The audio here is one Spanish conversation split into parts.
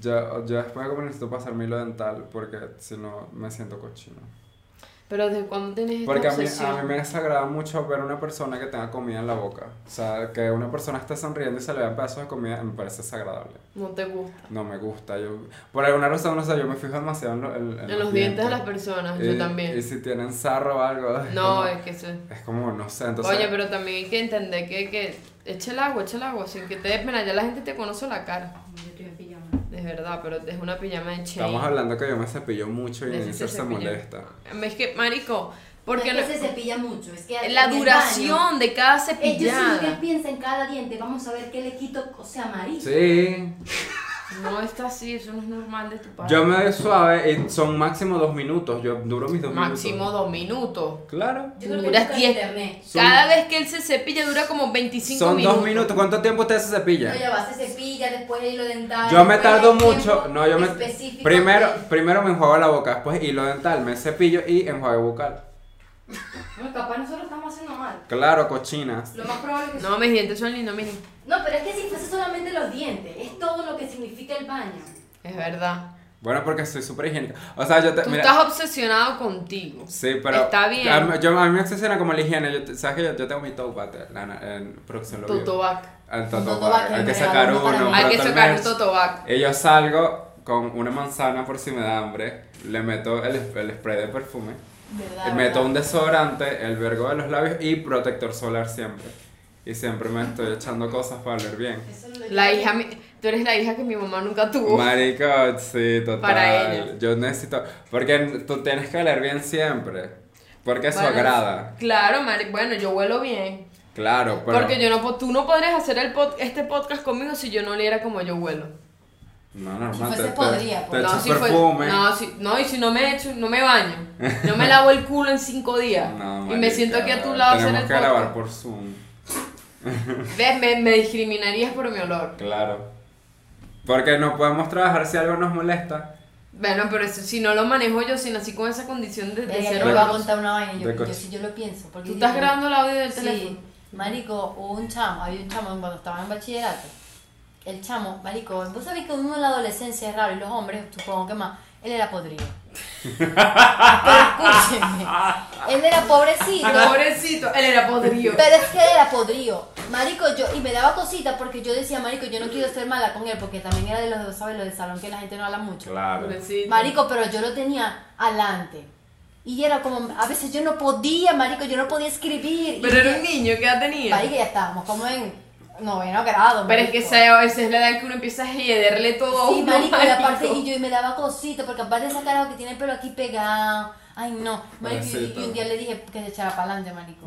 Yo, yo después de comer necesito pasarme hilo dental porque si no me siento cochino. Pero ¿desde cuándo tienes esta Porque a mí, obsesión? a mí me desagrada mucho ver a una persona que tenga comida en la boca. O sea, que una persona esté sonriendo y se le vean pedazos de comida me parece desagradable. No te gusta. No me gusta. Yo, por alguna razón, no sé, yo me fijo demasiado en, lo- en- en En los dientes de las personas, yo Y- también. Y si tienen sarro o algo. Eh, es no, como- es que eso es... Es como, no sé, entonces. Oye, pero también hay que entender que, que echa el agua, echa el agua, sin que te des pena, ya la gente te conoce la cara, Yo estoy en pijama. es verdad, pero es una pijama de chain. Estamos hablando que yo me cepillo mucho y Ese Nisser se se cepilla. molesta. Es que, marico, porque no- no es que se cepilla mucho, es que la en el baño, duración de cada Ellos si no cepillada piensan en cada diente, vamos a ver qué le quito, o sea, amarillo. Sí. no está así, eso no es normal de tu parte. Yo me doy suave y son máximo dos minutos. Yo duro mis dos Máximo minutos. dos minutos. Claro. Yo creo que Duras busca en diez. internet. Son- Cada vez que él se cepilla dura como 25 Son minutos. dos minutos. ¿Cuánto tiempo ustedes se No, cepillan? ya va, se cepilla, después el hilo dental. Yo me después tardo el tiempo mucho. No, yo me. específico pues. Primero, que- primero me enjuago la boca, después hilo dental, me cepillo y enjuague bucal. Bueno, capaz nosotros estamos haciendo mal. Claro, cochinas. Lo más probable es que No, mis dientes son lindos, miren. No, pero es que si fuese solamente los dientes, es todo lo que significa el baño. Es verdad. Bueno, porque soy súper higiénica. O sea, yo te. Tú mira, estás obsesionado contigo. Sí, pero. Está bien. A, mí- yo, a mí me obsesiona como la higiene. Yo, te- ¿Sabes que yo, yo tengo mi toe butter, Lana, en producción lo vio. Totobac. Al Totobac, Totobac. Hay el que regalo, sacar no para uno. mí. Hay que pero sacar un tal vez- Totobac. Y yo salgo con una manzana por si me da hambre. Le meto el, el spray de perfume. ¿Verdad? Eh, meto verdad? un desodorante, el vergo de los labios y protector solar siempre. Y siempre me estoy echando cosas para oler bien. Eso lo- La hija, mi- tú eres la hija que mi mamá nunca tuvo. Marica, sí, total. Para ella. Yo necesito. Porque tú tienes que oler bien siempre. Porque eso Bueno, agrada. Claro, Mari, bueno, yo huelo bien. Claro, pero. Porque yo no, po- tú no podrías hacer el pod- este podcast conmigo si yo no oliera como yo huelo. No, normal. Si fuese te, te- podría, te pues. echas si fue- perfume. no, si- no, y si no me echo, no me baño. No me lavo el culo en cinco días. No, y me marica, siento aquí a tu lado a hacer Tenemos el que grabar podcast. por Zoom. Ves, me, me discriminarías por mi olor. Claro. Porque no podemos trabajar si algo nos molesta. Bueno, pero eso, si no lo manejo yo, si nací con esa condición de, de Verga, ser yo le voy a olorosa. contar una vaina, yo, De yo, cos- sí, yo lo pienso. Porque Tú estás digo- grabando el audio del Sí, teléfono. marico, hubo un chamo, había un chamo cuando estaba en bachillerato. El chamo, marico, vos sabés que uno en la adolescencia es raro y los hombres, supongo que más, él era podrido. Pero escúchenme, él era pobrecito. Pobrecito, él era podrido. Pero es que él era podrido. Marico, yo, y me daba cosita porque yo decía, marico, yo no quiero ser mala con él, porque también era de los, ¿sabes? Los de salón que la gente no habla mucho. Claro. Pobrecito. Marico, pero yo lo tenía adelante. Y era como, a veces yo no podía, marico, yo no podía escribir. Y Pero era ya- un niño, ¿qué edad tenía? Marico, ya estábamos como en noveno grado. Pero es que marico. esa, a veces es la edad en que uno empieza a jederle todo a Sí, uno, marico, y marico. aparte, y yo y me daba cosita, porque aparte de esa carajo que tiene el pelo aquí pegado. Ay, no. Marico, y- y, Pobrecito. un día le dije que se echara para adelante, marico.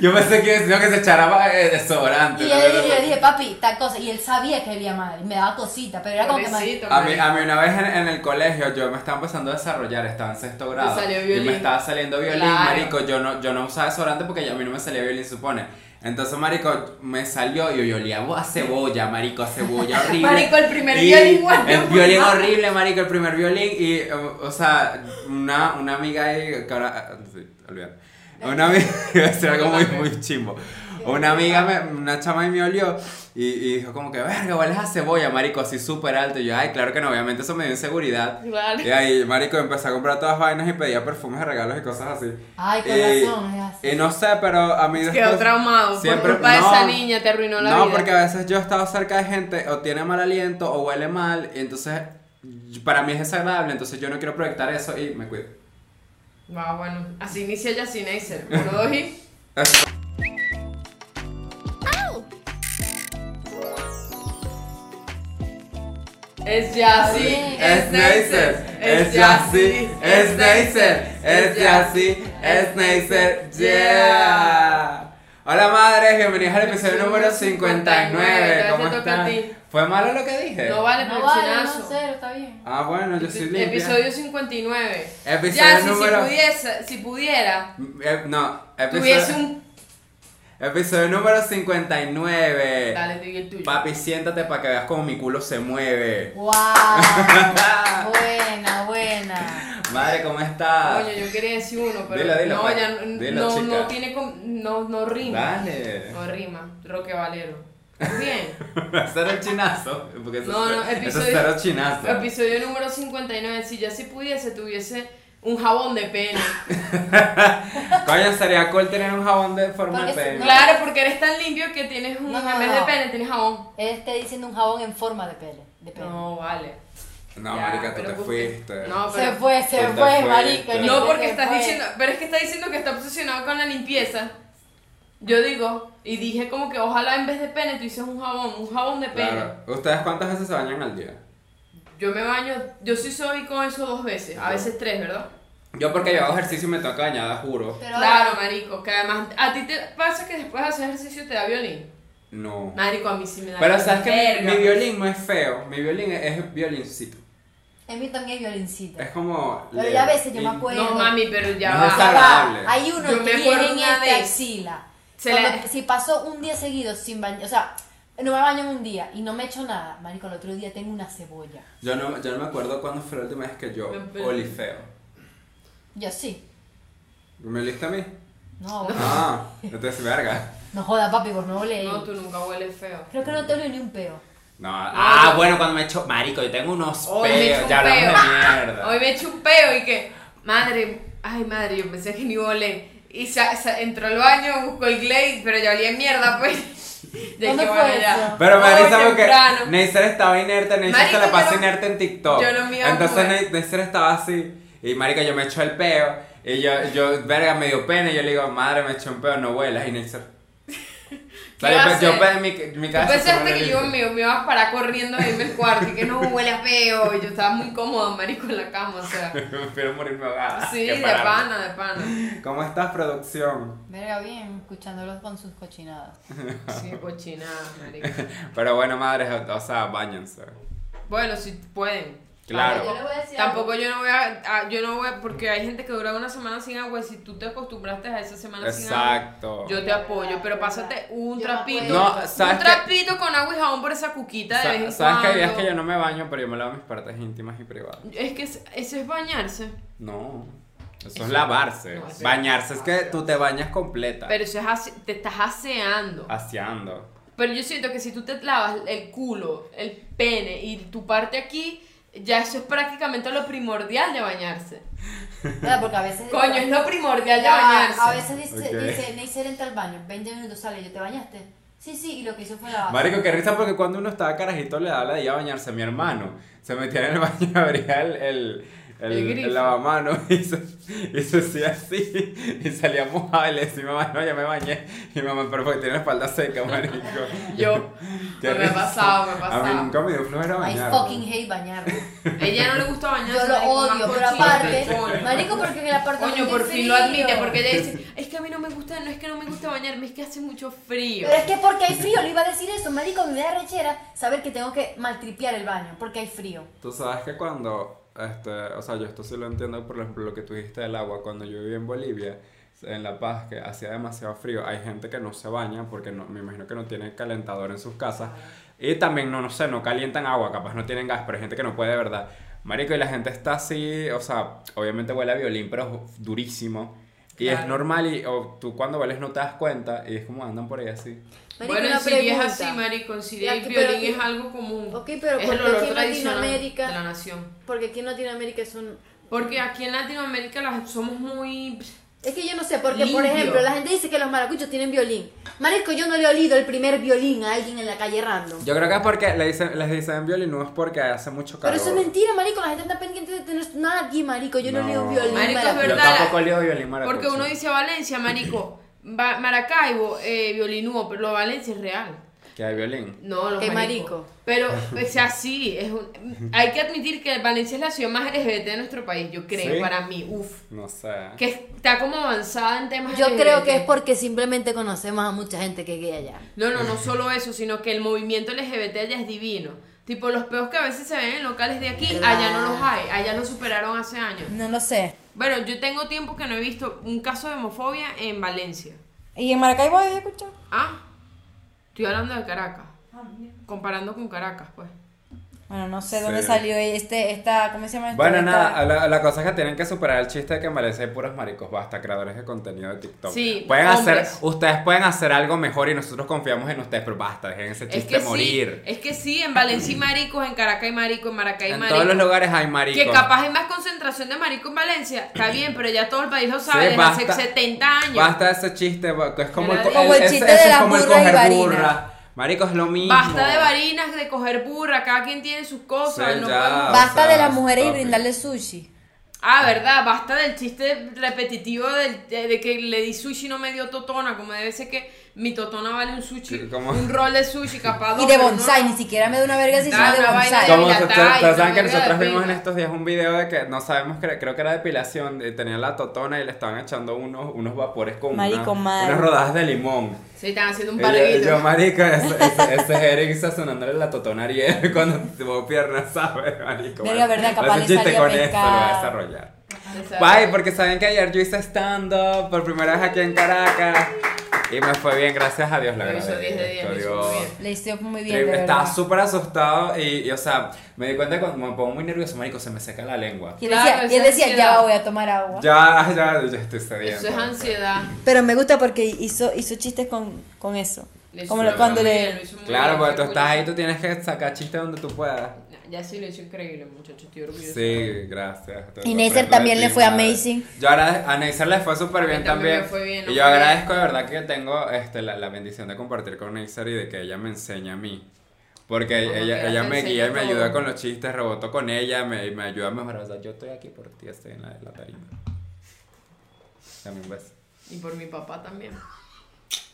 Yo pensé que decía que se echara eh, desodorante. Y ¿no? yo le dije, yo le dije, papi, tal cosa. Y él sabía que había madre, y me daba cosita, pero era como que marico. Pobrecito, A mí, marico. a mí una vez en, en el colegio yo me estaba empezando a desarrollar, estaba en sexto grado salió y violín. me estaba saliendo violín, Claro. marico, yo no, yo no usaba desodorante porque ya a mí no me salía violín, supone. Entonces, marico, me salió y yo olía a cebolla, marico, a cebolla horrible. Marico, el primer violín, bueno, El violín bueno. horrible, marico, el primer violín y, eh, o sea, una, una amiga ahí, que ahora, sí, olvidar. Una amiga, es algo muy, muy chimbo. Una amiga, me- una chama y me olió y, y dijo como que, verga, hueles a cebolla, marico, así súper alto. Y yo, ay, claro que no, obviamente eso me dio inseguridad. Claro. Y ahí, marico, empecé a comprar todas las vainas y pedía perfumes, regalos y cosas así. Ay, con Y- razón, es así. Y no sé, pero a mí Quedó traumado por culpa de no, esa niña, te arruinó la no, vida. porque a veces yo he estado cerca de gente o tiene mal aliento o huele mal, y entonces para mí es desagradable, entonces yo no quiero proyectar eso y me cuido. Va, Ah, bueno. Así inicia Yacinacer. Uno, dos y... Es Yacy, es Neisser, es Yacy, es Neisser, es Yacy, es Neisser, yeah. Hola madres, bienvenidos al episodio Episodio número 59, 59. ¿Cómo te toca a están? ti. ¿Fue malo lo que dije? No vale, No pero Ah, vale, no, chinazo. cero, está bien. Ah, bueno, yo soy limpia. Episodio 59. Episodio Yacy, número- si pudiese, si pudiera, Eh, No, tuviese episodio, un... episodio número 59. Dale, diga el tuyo. Papi, siéntate para que veas cómo mi culo se mueve. ¡Wow! buena, buena. Madre, ¿cómo estás? Coño, yo quería decir uno, pero Dilo, dilo, no, pa- ya no, dilo, no, chica. no tiene com- no, no rima. Dale. No rima. Roque Valero. Bien. Cero chinazo. Porque eso, No, es- no, eso es episodio- cero chinazo. Episodio número 59. Si yo si pudiese, tuviese un jabón de pene. Coño, sería cool tener un jabón de forma de Porque si pene. No. Pues, Claro, porque eres tan limpio que tienes un. No, no, en vez de no. pene, tienes jabón. Él está diciendo un jabón en forma de pelo. De pelo. No, vale. No, Ya, marica, tú pero te busca- fuiste. No, Se pero. fue, Tú se Pues te fue, fuiste. marico. No, este No, se porque estás fue. diciendo. Pero es que está diciendo que está obsesionado con la limpieza. Yo digo, y dije como que ojalá en vez de pene tú dices un jabón, un jabón de pene. Claro. ¿Ustedes cuántas veces se bañan al día? Yo me baño, yo sí soy con eso dos veces, a veces tres, ¿verdad? Yo porque yo hago ejercicio y me toca bañada, juro. Pero claro, marico, que además a ti te pasa que después de hacer ejercicio te da violín. No. Marico, a mí sí me da Pero violín. sabes que mi, Verga. mi violín no es feo. Mi violín es, es violincito. En mí también es violincito. Es como. Pero leve. ya a veces yo Y- me acuerdo. No mami, pero ya No va. es Ya va, agradable. Hay uno Yo que me acuerdo tiene una esta vez. axila. Se Cuando- la- Si pasó un día seguido sin bañar, o sea, no me baño en un día y no me echo nada, marico, el otro día tengo una cebolla. Yo no, yo no me acuerdo cuándo fue la última vez que yo Me pe- olí feo. Yo sí. ¿Me oliste a mí? No, Ah, entonces verga. no joda, papi, por no leí. No, tú nunca hueles feo. Creo que no te olí ni un peo. No, ah, bueno, cuando me echo. Marico, yo tengo unos Hoy me peos. echo Ya un hablamos de peo. mierda. Hoy me eché un peo y que, madre, ay madre, yo pensé que ni volé. Y sa- sa- entró al baño, buscó el Glade, pero ya olía mierda, pues. Ya ¿Dónde que, fue bueno, ya. eso? Pero me Hoy avisa temprano. porque Neisser estaba inerte, Neisser Marico, se la pasa yo no- inerte en TikTok. yo no me iba a Entonces mover. Ne- Neisser estaba así. Y marica, yo me echo el peo. Y yo, yo, verga, me dio pena. Y yo le digo, madre, me echo un peo, no vuelas. Y Neisser. O sea, ¿Qué yo, va a pe- yo hacer? pe- mi, mi Tú cabeza. se pensaste pone que yo lista. me, me iba a parar corriendo a irme al cuarto y que no huele a feo. Y yo estaba muy cómoda, marico, en la cama, o sea. Prefiero morirme ahogada. Sí, que de pararme. pana, de pana. ¿Cómo estás, producción? Verga bien, escuchándolos con sus cochinadas. Sí, cochinada, marico. Pero bueno, madres, o, o sea, bañense. Bueno, si pueden. Claro. Yo le voy a decir Tampoco yo no voy a, a- yo no voy porque hay gente que dura una semana sin agua y si tú te acostumbraste a esa semana sin agua, Exacto. yo te apoyo, pero pásate un Yo me trapito, acuerdo. No, ¿sabes un qué? trapito con agua y jabón por esa cuquita de Sa- vez en ¿Sabes que hay cuando. días que yo no me baño, pero yo me lavo mis partes íntimas y privadas? Es que es- eso es bañarse, No. Eso, Eso- es lavarse. no, eso- Bañarse es que tú te bañas completa. pero eso es ase- te estás aseando. Aseando. Pero yo siento que si tú te lavas el culo, el pene y tu parte aquí, ya eso es prácticamente lo primordial de bañarse. ¿Verdad? Porque a veces. Coño, es lo primordial de Ya va, bañarse. A veces dice, Ok. dice, Neisser entra al baño, 20 minutos sale, ¿yo te bañaste? Sí, sí, y lo que hizo fue la. Marico, qué risa porque cuando uno estaba carajito le daba la idea de bañarse. Mi hermano se metía en el baño y abría el, el, el, El grifo. el lavamanos y se, y se hacía así y salía mojado y le decía, mamá, no, ya me bañé. Y mamá, pero porque tiene la espalda seca, marico. Yo, Qué me ha risa. pasado, me ha A mí pasado. nunca me dio flojera I bañar. fucking hate bañarme. A ella no le gusta bañarse. Yo lo marico, más odio, pero cochino aparte, que el coño. marico, porque en el apartamento Coño, por hay fin lo admite, frío. porque ella dice, es que a mí no me gusta, no es que no me gusta bañarme, es que hace mucho frío. Pero es que porque hay frío, le iba a decir eso, marico, me da rechera saber que tengo que maltripear el baño, porque hay frío. Tú sabes que cuando, este, o sea, yo esto sí lo entiendo, por ejemplo, lo que tú dijiste del agua, cuando yo viví en Bolivia, en La Paz, que hacía demasiado frío, hay gente que no se baña porque no, me imagino que no tienen calentador en sus casas y también, no, no sé, no calientan agua, capaz no tienen gas, pero hay gente que no puede de verdad. Marico, y la gente está así, o sea, obviamente huele a violín, pero es durísimo. Y es Claro. normal y o, tú cuando hueles no te das cuenta y es como andan por ahí así. Marico, bueno, una en Siria es pregunta. así, marico, en Siria Ya, el que- pero violín que- es algo común. Ok, pero es ¿por el qué olor aquí en tradicional Latinoamérica- de la nación. Porque aquí en Latinoamérica es un... Porque aquí en Latinoamérica las- somos muy... Es que yo no sé, porque por Limpio. ejemplo, la gente dice que los maracuchos tienen violín. Marico, yo no le he olido el primer violín a alguien en la calle random. Yo creo que es porque le dicen, les dicen violinudos porque hace mucho Pero calor. eso es mentira, marico, la gente está pendiente de tener nadie, marico, yo no, le he olido un No. violín. Marico, es maracucho. Yo verdad. tampoco leo violín maracucho. Porque uno dice Valencia, marico, Va- Maracaibo, eh, violinúo, pero lo de Valencia es real. Que hay violín. No, los Qué maricos. marico. Pero, o sea, sí, es un- hay que admitir que Valencia es la ciudad más LGBT de nuestro país, yo creo, Sí. para mí, uff. No sé. Que está como avanzada en temas Yo LGBT. creo que es porque simplemente conocemos a mucha gente que guía allá. No, no, no solo eso, sino que el movimiento LGBT allá es divino. Tipo, los peos que a veces se ven en locales de aquí, allá no los hay, allá los superaron hace años. No lo sé. Bueno, yo tengo tiempo que no he visto un caso de homofobia en Valencia. ¿Y en Maracaibo has escuchado? Ah, estoy hablando de Caracas. Comparando con Caracas, pues. Bueno, no sé dónde Sí. salió este, esta, ¿cómo se llama? esto? Bueno, Esta- nada, la, la cosa es que tienen que superar el chiste de que merecen puros maricos, basta, creadores de contenido de TikTok. Sí, pueden hacer, hombres. ustedes pueden hacer algo mejor y nosotros confiamos en ustedes, pero basta, dejen ese chiste morir. sí, es que sí, en Valencia hay maricos, en Caracas hay maricos, en Maracay hay en maricos. todos los lugares hay maricos. Que capaz hay más concentración de marico en Valencia, está bien, pero ya todo el país lo Sí, sabe desde basta. hace 70 años. Basta ese chiste, va- que es como el, Era co- Como el ese- chiste de ese es las como el burras y coger varinas. burra. Marico es lo mismo. Basta de varinas, de coger burra, cada quien tiene sus cosas. Sí, no ya. podemos- Basta o sea, de las mujeres y stop it. brindarle sushi. Ah, verdad, basta del chiste repetitivo del- de, de que le di sushi y no me dio totona, como debe ser que mi totona vale un sushi, Sí, como- un rol de sushi, capaz Y dos, de pero no. bonsai, ni siquiera me da una verga si Da sale de una vaina bonsai. de- Como la ustedes talla, ustedes saben la que verga nosotros de vimos en pinga. estos días un video de que no sabemos, cre- creo que era depilación, de- tenían la totona y le estaban echando unos, unos vapores con una- Marico, madre. unas rodajas de limón. Sí, están haciendo un Y Yo, yo, paleguito. marica, ese, ese, ese es Eric sazonándole la totona a Ariel cuando tuvo piernas, ¿sabes, marico? Verga, verdad, capaz hace le un chiste salía con esto, lo voy a pescado. desarrollar. Exacto. Bye, porque saben que ayer yo hice stand-up por primera vez aquí en Caracas y me fue bien, gracias a Dios, la Lo verdad. hizo 10 de 10, lo hizo muy bien. Le hizo muy bien, de Terrible, Estaba verdad. súper asustado y, y, o sea, me di cuenta que cuando me pongo muy nervioso, marico, se me seca la lengua. Y él Claro, decía, y él esa decía ya ansiedad. va, voy a tomar agua. Ya, ya, ya estoy cediendo. Eso es ansiedad. Pero me gusta porque hizo, hizo chistes con, con eso. Le hizo Como muy lo- cuando bien, le... lo hizo muy Claro, bien, porque tú estoy estás ahí, tú orgullosa. tienes que sacar chistes donde tú puedas. Ya sí lo hizo increíble, muchachos, estoy orgulloso. Sí, gracias. Te Y lo Neisser aprendo también de le ti, fue madre. amazing. Yo ahora a Neisser le fue A súper mí bien también. también me fue bien, y no yo fue bien. agradezco de verdad que tengo este, la, la bendición de compartir con Neisser y de que ella me enseña a mí. Porque Como ella, que ella te me enseña guía y me todo. ayuda con los chistes, reboto con ella, me, me ayuda a mejorar. O sea, yo estoy aquí por ti, estoy en la, la tarima. Dame un beso. Y por mi papá también.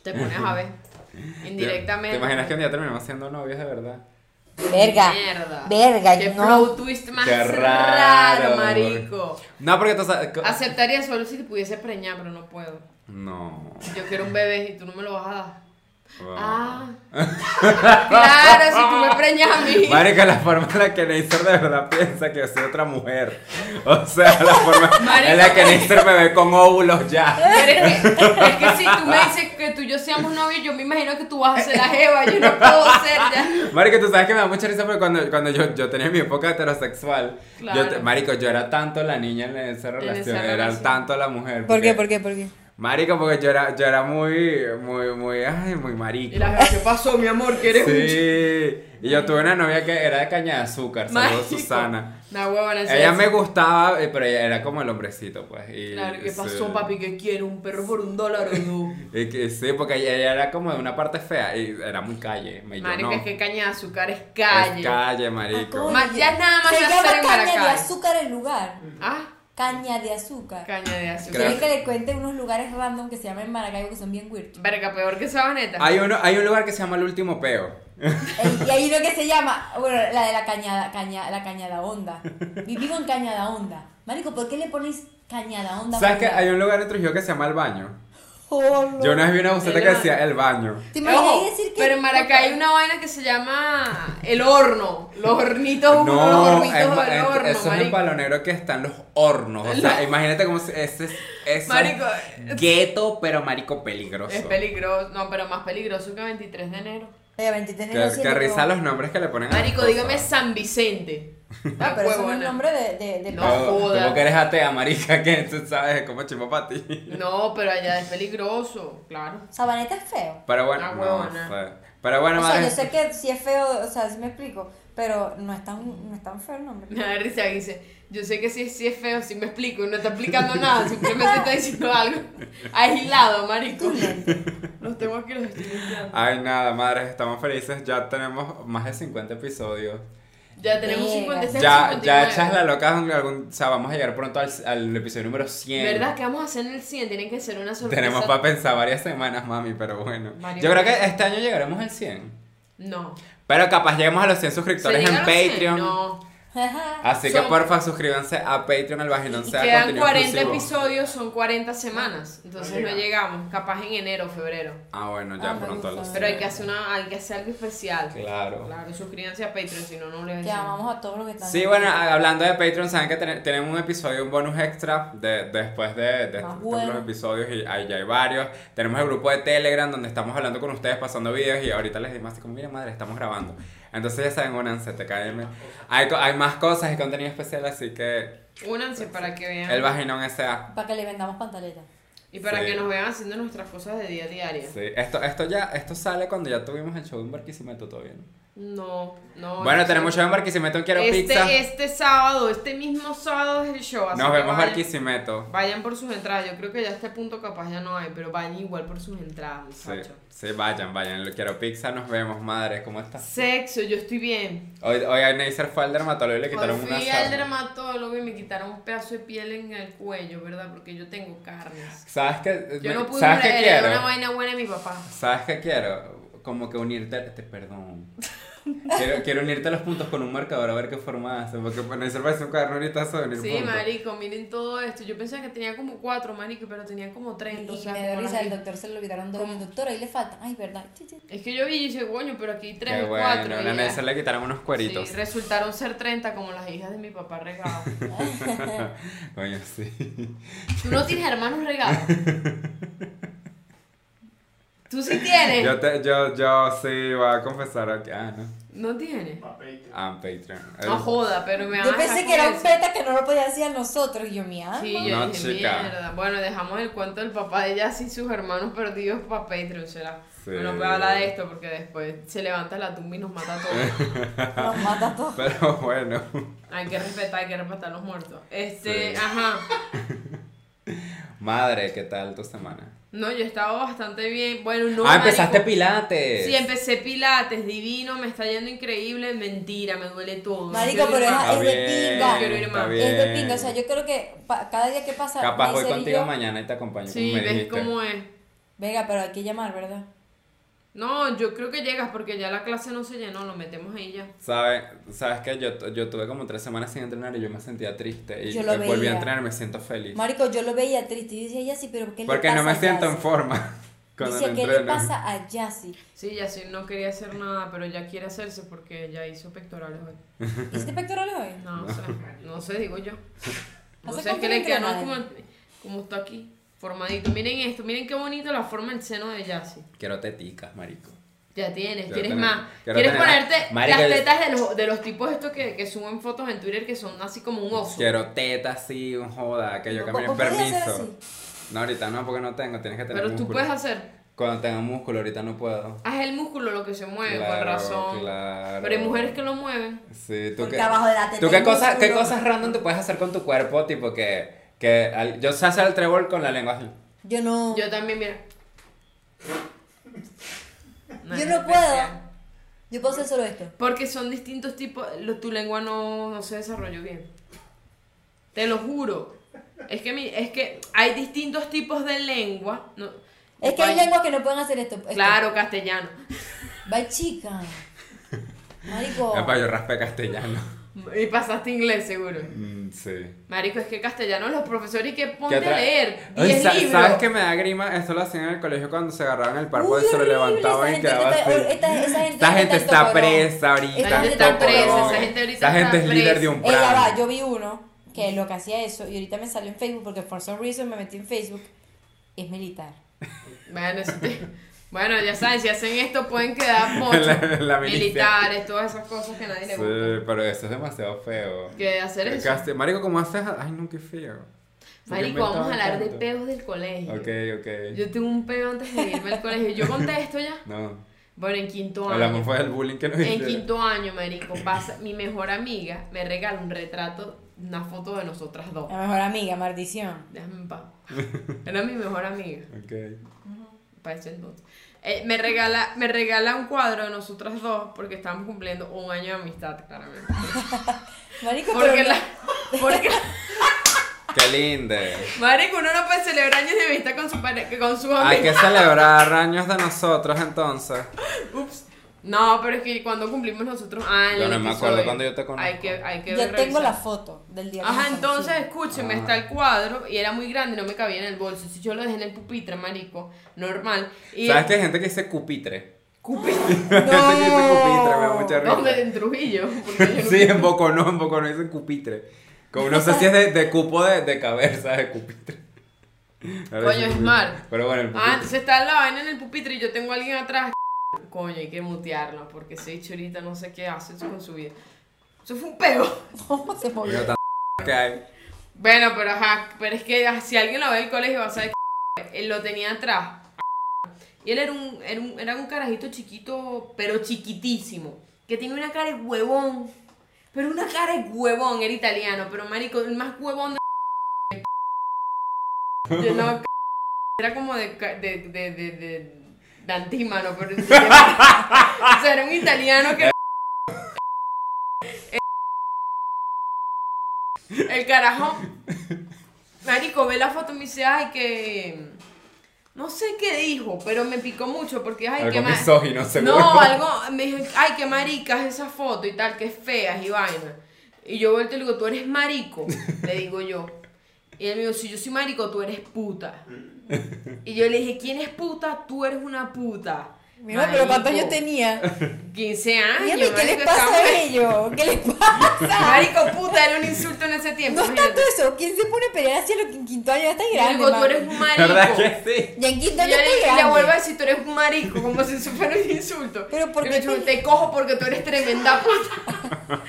Te pones a ver. Indirectamente. pues. ¿Te imaginas que un día terminamos siendo novios de verdad? Verga. Mierda. Verga, Qué no. plot twist más Qué raro, raro, amor. marico. No, porque tú sabes. Aceptaría solo si te pudiese preñar, pero no puedo. No. Yo quiero un bebé y tú no me lo vas a dar. Wow. Ah. claro, si tú me preñas a mí. Marica, la forma en la que Neisser de verdad piensa que yo soy otra mujer. O sea, la forma en la que Neisser me ve con óvulos ya. Pero es, que, es que si tú me dices que tú y yo seamos novios, yo me imagino que tú vas a ser la jeva, yo no puedo ser ya. Marica, tú sabes que me da mucha risa porque cuando, cuando yo, yo tenía mi época heterosexual, yo, te- Claro. marico, yo era tanto la niña en esa relación, esa era relación. tanto la mujer. ¿Por porque- qué? ¿Por qué? ¿Por qué? Marico, porque yo era, yo era muy, muy, muy, ay, muy marico. Y la jeva, ¿qué pasó, mi amor? Que eres un Sí. Y yo tuve una novia que era de caña de azúcar, saludos Mágico. Susana. Una huevona. sí, Ella sí. me gustaba, eh, pero ella era como el hombrecito, pues. y- Claro, ¿qué sí. pasó, papi? ¿Qué quiere? ¿Un perro por un dólar o no? Y que sí, porque ella, ella era como de una parte fea y era muy calle. Me yo Marico, no. es que caña de azúcar es Es calle. calle, marico. Ma- ya Ah, nada más Se hacer llama en caña de Maracay. azúcar el lugar. Ah, Caña de azúcar. caña de azúcar. Creo- ¿Quieres que le cuente unos lugares random que se llaman en Maracaibo que son bien weird? Verga, peor que sabaneta. Hay, uno, hay un lugar que se llama El Último Peo. El- y hay uno que se llama, bueno, la de la cañada, caña, la cañada onda. Vivimos en cañada onda. Marico, ¿por qué le ponéis cañada onda? ¿Sabes que hay un lugar en Trujillo que se llama El Baño? Yo una vez vi una boceta El que baño. decía El Baño. ¿Te imaginas Oh, Ojo, decir que.? pero en Maracay hay una vaina que se llama el horno. Los hornitos, uno, los No, hornitos en- del en- horno, eso es en marico. Palonero que están los hornos. O sea, imagínate cómo se- ese es. Eso Marico, es gueto, pero marico peligroso. Es peligroso, no, pero más peligroso que 23 de enero. Oye, 23 Que, negros y que el risa rojo. los nombres que le ponen a las Marico, cosas. dígame San Vicente. Ah, pero eso no es Huevona. nombre de. de, de- No. No, tú jodas. porque eres atea, marica, que tú sabes cómo chimbo para ti. No, pero allá es peligroso, claro. Sabaneta es feo. Pero bueno, Una no, huevona. o sea, pero bueno, o sea, madre. yo sé que sí es feo, o sea, sí me explico. Pero no es tan, no es tan feo el nombre. Me da risa que dice, yo sé que sí, sí es feo, si me explico, no está explicando nada, simplemente está diciendo algo aislado, marico. Los tengo aquí, los estoy limpiando. Ay, nada, madres, estamos felices. Ya tenemos más de 50 episodios. Ya tenemos Verga. 50 este es el Ya, ya 59. echas la loca. algún- o sea, vamos a llegar pronto al, al episodio número 100. ¿Verdad? ¿Qué vamos a hacer en el 100? Tienen que ser una sorpresa. Tenemos para pensar varias semanas, mami, pero bueno. Varios Yo creo que meses. este año llegaremos al 100. No. Pero capaz lleguemos a los 100 ¿Se suscriptores en llegaron a 100? Patreon. No. Así que Son- porfa, suscríbanse a Patreon, el Vagilón Y sea quedan contenido 40 exclusivo. episodios, son 40 semanas. Entonces no llegamos. Capaz en enero o febrero. Ah, bueno, ya Ah, me pronto a los gusta. Pero hay 100. que hacer, una, hay que hacer algo especial. Claro. Claro, suscríbanse a Patreon, si no, no les Que decimos. amamos a todos los que están. Sí, aquí. bueno, ah. a- hablando de Patreon, saben que ten- tenemos un episodio, un bonus extra de, después de, de Más estos bueno. los episodios y ahí ya hay varios. Tenemos el grupo de Telegram donde estamos hablando con ustedes, pasando videos y ahorita les dimos así como, mira madre, estamos grabando. Entonces ya saben, únanse, TKM. Hay, co- hay más cosas y contenido especial, así que Únanse para que vean. el vaginón S.A. Para que le vendamos pantaletas. Y para Sí. que nos vean haciendo nuestras cosas de día a diaria. Sí, esto, esto ya, esto sale cuando ya tuvimos el show en Barquisimeto todavía, ¿no? No, no. Bueno, no tenemos sé. show en Barquisimeto, en quiero este, pizza. Este sábado, este mismo sábado es el show. así Nos que vemos vayan, Barquisimeto. vayan por sus entradas. Yo creo que ya a este punto capaz ya no hay, pero vayan igual por sus entradas, Sí, muchachos. sí, vayan, vayan. Lo quiero pizza, nos vemos, madre. ¿Cómo estás? Sexo, yo estoy bien. Hoy, hoy a Neisser fue al dermatólogo y le Cuando quitaron una fui al sarna. dermatólogo y me quitaron un pedazo de piel en el cuello, ¿verdad? Porque yo tengo carnes. ¿Sabes qué? Yo no pude ¿Sabes qué heredar quiero? una vaina buena de mi papá. ¿Sabes qué quiero? Como que unirte, te, perdón. Quiero, quiero unirte los puntos con un marcador a ver qué forma hace. Porque bueno, Neisser parece un cuaderno ahorita eso de unir Sí, puntos. marico, miren todo esto. Yo pensaba que tenía como cuatro, marico, pero tenía como treinta. O Y sea, me da como risa, las el vi- doctor se lo olvidaron dos. El doctor, ahí le falta. Ay, verdad. Chi, chi. Es que yo vi y dije, coño, pero aquí hay tres Qué o bueno, cuatro. a y ya. Neisser le quitaron unos cueritos. Sí, resultaron ser 30 como las hijas de mi papá regado. Coño, sí. Tú no tienes hermanos regados. Tú sí tienes. Yo, te, yo, yo sí voy a confesar aquí. Ah, no. No tienes. Ah, Patreon. No joda, pero me van Yo a pensé sacar que era un eso. peta que no lo podía hacer a nosotros. Y yo, mi alma. Sí, yo No, dije, chica. mierda. Bueno, dejamos el cuento del papá de Jazz y sus hermanos perdidos para Patreon, será. Sí. No voy a hablar de esto porque después se levanta la tumba y nos mata a todos. Nos mata a todos. Pero bueno. hay que respetar, hay que respetar a los muertos. Este, Sí. ajá. Madre, ¿qué tal tu semana? No, yo estaba bastante bien. Bueno, no. ah, empezaste marico. pilates. Sí, empecé pilates, divino, me está yendo increíble, mentira, me duele todo. Marico, Yo digo, pero es- "Ah, Está de bien, pinga. Quiero ir está más. bien. Es de pinga. O sea, yo creo que pa- cada día que pasa. Capaz voy Neisser y contigo yo- mañana y te acompaño. Sí, como me ves dijiste. cómo es. Venga, pero hay que llamar, ¿verdad? No, yo creo que llegas porque ya la clase no se llenó, lo metemos ahí ya. ¿Sabes? ¿Sabes que yo, tu- yo tuve como tres semanas sin entrenar y yo me sentía triste. Y eh, Yo lo volví veía. a entrenar me siento feliz. Marico, yo lo veía triste y decía, ya sí, pero ¿qué le Porque pasa no me a siento en Yassi?" forma cuando Dice, no ¿qué entreno. le pasa a Yassi? Sí, ya sí, no quería hacer nada, pero ya quiere hacerse porque ya hizo pectorales hoy. ¿Hiciste pectorales hoy? No, o sea, no sé, digo yo. No ¿Hace sé, es cuánto que no le queda, no es como, entrenas? como está aquí, formadito. Miren esto, miren qué bonito la forma del seno de Yassi. Quiero teticas, marico. Ya tienes, Quiero tienes tener- más. quiero Quieres tener más. ponerte Marica, las yo- tetas de los, de los tipos estos que, que suben fotos en Twitter que son así como un oso. Quiero tetas, sí, un joda, que yo ¿Vos- camine vos podías hacer permiso. No, ahorita no, porque no tengo, tienes que tener Pero tú músculo. puedes hacer. Cuando tenga músculo, ahorita no puedo. Haz el músculo lo que se mueve, con Claro, razón. claro. Pero hay mujeres que lo mueven. Sí, tú Porque qué- abajo de la teta ¿Tú qué hay cosas, qué músculo. cosas random tú puedes hacer con tu cuerpo? Tipo que, que al- yo sé hacer el trébol con la lengua así. Yo no. Yo también, mira. Yo es no puedo. especial. Yo puedo hacer solo esto. Porque son distintos tipos. lo- tu lengua no, no se desarrolló bien. Te lo juro. Es que, mi, es que hay distintos tipos de lengua. no- Es que hay Ay, lenguas que no pueden hacer esto. esto. Claro, castellano. Va chica. Marico. Epa, yo raspé castellano. Y pasaste inglés, seguro. Mm, sí. Marico, es que castellano los profesores y que ponte ¿Qué a otra- leer. Ay, 10 sa- libros. ¿Sabes que me da grima? Esto lo hacían en el colegio cuando se agarraban el párpado y Uy, se lo horrible, levantaban esa y gente quedaba está- así. esta- esa gente Esta ahorita gente está está en Tocorón. presa ahorita. Esta gente en está presa, Tocorón. esa gente ahorita Esa gente está es líder presa. de un Ey, ya va, plan. yo vi uno que lo que hacía eso y ahorita me salió en Facebook porque for some reason me metí en Facebook. Es militar. Bueno, eso te- bueno, ya saben, si hacen esto pueden quedar pochos. La- la milicia. militares, todas esas cosas que a nadie le Sí, gusta. pero eso es demasiado feo. Que hacer eso. Casti- Marico, ¿cómo haces? Ay, no, qué feo. ¿Por qué Marico, vamos a inventaban hablar de tanto? peos del colegio. Ok, ok. Yo tengo un peo antes de irme al colegio. Yo conté esto ya. No. Bueno, en quinto año. Hablamos fue del bullying que nos En hicieron. quinto año, marico, pasa, mi mejor amiga me regala un retrato, una foto de nosotras dos. La mejor amiga, maldición. Déjame en paz. Era mi mejor amiga. Ok. para ese entonces. Eh, me, regala, me regala un cuadro de nosotras dos porque estábamos cumpliendo un año de amistad, claramente. Marico, Porque pero- la. Porque, Qué lindo. marico, uno no puede celebrar años de amistad con su pare- que con su Hay amigo. que celebrar años de nosotros entonces. Ups. No, pero es que cuando cumplimos nosotros años. Yo no me acuerdo episodio, cuando yo te conozco. Hay que, hay que Yo tengo revisar. la foto del día que Ajá, nos entonces conocimos. escúcheme, Ah. está el cuadro y era muy grande y no me cabía en el bolso. Si yo lo dejé en el pupitre, marico, normal. Y ¿Sabes que hay gente que dice cupitre? Cupitre. Gente que dice cupitre, me da mucha ¿Dónde? risa. En Trujillo. porque yo no- Sí, en Boconó, en Boconó dicen cupitre. Como no sé si es de, de cupo de, de cabeza, de cupitre. Ahora Coño, dicen es cupitre. mal. Pero bueno, el Ah, pupitre. entonces está la vaina en el pupitre y yo tengo a alguien atrás. coño, hay que mutearla, porque ese chorita no sé qué hace con su vida. Eso fue un peo. ¿Cómo se movió? Oiga, tan que hay. Bueno, pero ajá, pero es que si alguien lo ve en el colegio va a saber que él lo tenía atrás. Y él era un, era un, era un carajito chiquito, pero chiquitísimo, que tenía una cara de huevón, pero una cara de huevón, era italiano, pero marico, el más huevón de... Yo no, era como de, ca- de, de, de, de, de antímano, pero... o sea, era un italiano que... El carajo. Marico, ve la foto y me dice, ay, que. No sé qué dijo, pero me picó mucho porque, ay, qué Algo ma- misógino, seguro. No, algo. Me dijo, ay, qué maricas esa foto y tal, que es feas y vaina. Y yo vuelto y le digo, tú eres marico. Le digo yo. Y él me dijo, si yo soy marico, tú eres puta. Y yo le dije, ¿quién es puta? Tú eres una puta. Mira, pero ¿cuántos Marico, años tenía? 15 años. Mírame, ¿qué les marico, pasa estaba- a ellos? ¿Qué les pasa? Marico, puta, era un insulto en ese tiempo. No es imagínate. tanto eso. ¿Quién se pone a pelear así a los qu- quinto años? Ya está Y grande. digo, tú mami. eres un ¿Verdad marico. que sí? Ya en quinto Y año yo estoy le, grande. le vuelvo a decir, tú eres un marico, como si eso fuera un insulto. Pero, ¿por Y qué me dijo, te- te cojo porque tú eres tremenda puta.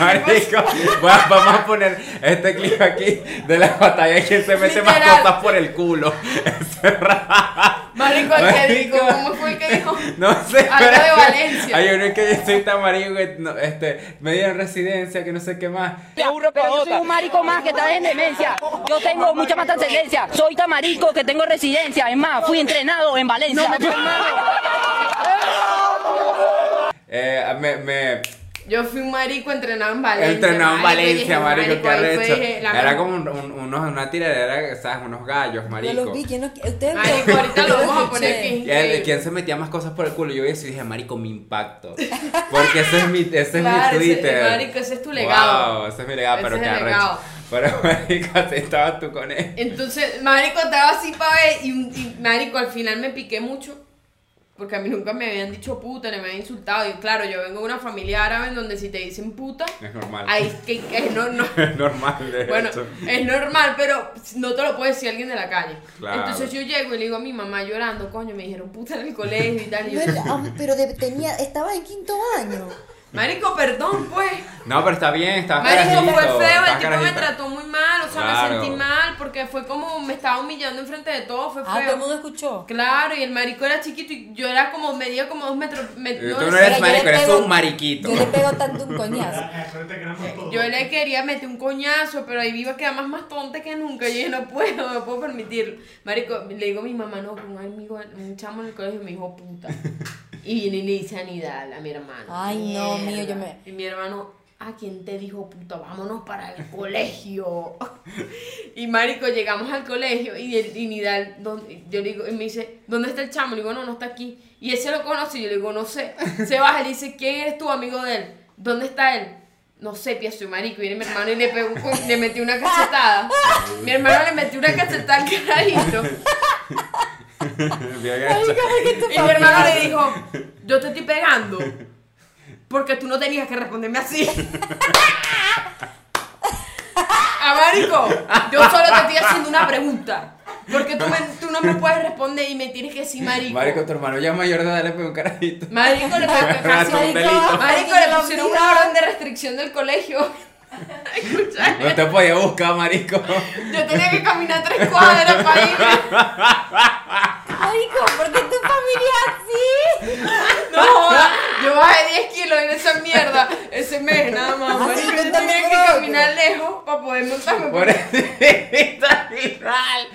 Marico, va- vamos a poner este clip aquí de la batalla de quien se mete más Literal. cosas por el culo. Marico, el que Marico. dijo, ¿cómo fue el que dijo? No sé. Algo pero de es que Valencia. Hay uno que dice tan marico que no- este, me dieron residencia, que no sé qué más. Pero yo soy un marico más que está en demencia. Yo tengo mucha más trascendencia. Soy tamarico que tengo residencia. Es más, fui entrenado en Valencia. Eh, me, me Yo fui un marico entrenado en Valencia. entrenó en marico, y dije, Valencia, marico, qué ahí fue, arrecho. dije, la Era mejor- como un- un- unos, una tiradera, ¿sabes? Unos gallos, Yo marico. los vi. ¿quién los- Ustedes Marico, ahorita lo yo los vamos a poner escuché. aquí. Y el de quien se metía más cosas por el culo, yo vi eso y dije, marico, mi impacto. Porque ese es mi, ese Claro, es mi ese- Twitter. marico, ese es tu legado. Wow, ese es mi legado, Ese pero es qué el arrecho. legado. Pero marico, así estabas tú con él. Entonces, marico, estaba así para ver y, un- y, marico, al final me piqué mucho porque a mí nunca me habían dicho puta, ni me habían insultado. Y claro, yo vengo de una familia árabe en donde si te dicen puta, Es normal. ahí es que, que no, no. Es normal, de Bueno, hecho. es normal, pero no te lo puede decir alguien de la calle. Claro. Entonces yo llego y le digo a mi mamá llorando, coño, me dijeron puta en el colegio y tal. Y yo, ¿Verdad? Ah, Pero de- tenía, estaba en quinto año. marico, perdón, pues. No, pero está bien, estabas Marico, carajito, fue feo, el estabas tipo me carajito. trató muy mal, o sea, Claro. me sentí mal porque fue como me estaba humillando enfrente de todo, fue feo. Ah, todo el mundo escuchó. Claro, y el marico era chiquito y yo era como, medía como dos metros. me- Eh, no Tú no sé, eres Mira, yo le marico, eres pego- un mariquito. Yo le pego tanto un coñazo. yo le quería meter un coñazo, pero ahí iba a quedar más, más tonta que nunca. Yo dije, no puedo, no puedo permitirlo. Marico, le digo a mi mamá, no, que un amigo, un chamo en el colegio me dijo puta. Y viene y le dice anidad a mi hermano. Ay, no, Mierda. mío, yo me- Y mi hermano, ¿a quién te dijo puta? Vámonos para el colegio. Y marico, llegamos al colegio y, el, y Nidal, ¿dónde- yo le digo, y me dice, ¿dónde está el chamo? Le digo, no, no está aquí. Y él se lo conoce y yo le digo, no sé. Se baja y le dice, ¿quién eres tú, amigo de él? ¿Dónde está él? No sé, pienso, y marico, viene mi hermano y le, pegó, un co- le metió una cachetada. Mi hermano le metió una cachetada al carajito. Bien hecho. Y mi hermano le dijo, yo te estoy pegando porque tú no tenías que responderme así. A marico, yo solo te estoy haciendo una pregunta. Porque tú, me- tú no me puedes responder y me tienes que decir marico. Marico, tu hermano ya mayor de edad le pegó un carajito. Marico, le, casi- un delito. marico, Ay, le Dios pusieron mío. una orden de restricción del colegio. Escucha, No te podía buscar, marico. yo tenía que caminar tres cuadras para irme. Marico, ¿por qué tu familia así? No, joda, yo bajé 10 kilos en esa mierda ese mes, nada Ah, más. Así Marico, que yo no tenía me que creo. caminar lejos para poder montarme. Por está igual.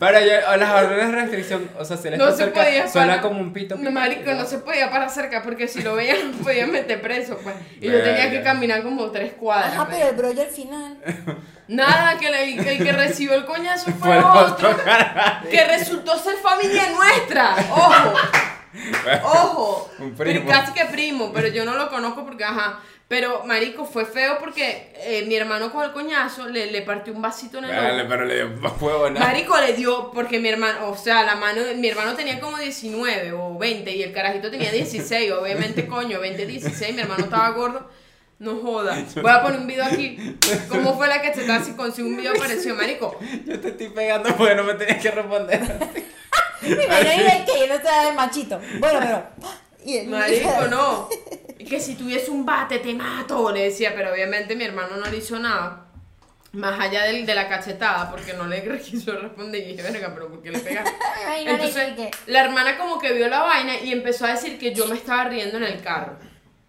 Pero yo, o las órdenes de restricción, o sea, si le No está se cerca, podía suena parar. como un pito. No, marico, no se podía parar cerca porque si lo veían me podían meter preso, pues. Y yo tenía que Verga. caminar como tres cuadras. Ajá, pues. Ah, pero el brollo al final. Nada, que le- que el que recibió el coñazo Fue fue el otro. otro cara. Que resultó ser familia nuestra. Ojo. Ojo. Un Pero primo. casi que primo, pero yo no lo conozco porque, ajá. Pero, marico, fue feo porque eh, mi hermano con el coñazo le, le partió un vasito en el ojo. Vale, pero le dio más huevo, ¿no? Marico le dio, porque mi hermano, o sea, la mano, mi hermano tenía como 19 o 20 y el carajito tenía 16, obviamente, coño, 20, 16, mi hermano estaba gordo. No joda. Voy a poner un video aquí. ¿Cómo fue la que se está si consigo un video parecido, marico? Yo te estoy pegando porque no me tenías que responder. Mira, yo era el que yo no estaba el machito. Bueno, pero. Y él- Marico, no. Y Que si tuviese un bate te mato, le decía, pero obviamente mi hermano no le hizo nada. Más allá del, de la cachetada, porque no le quiso responder. Y dije, verga, pero ¿por qué le pegaste? Ay, no le Entonces, expliqué. la hermana como que vio la vaina y empezó a decir que yo me estaba riendo en el carro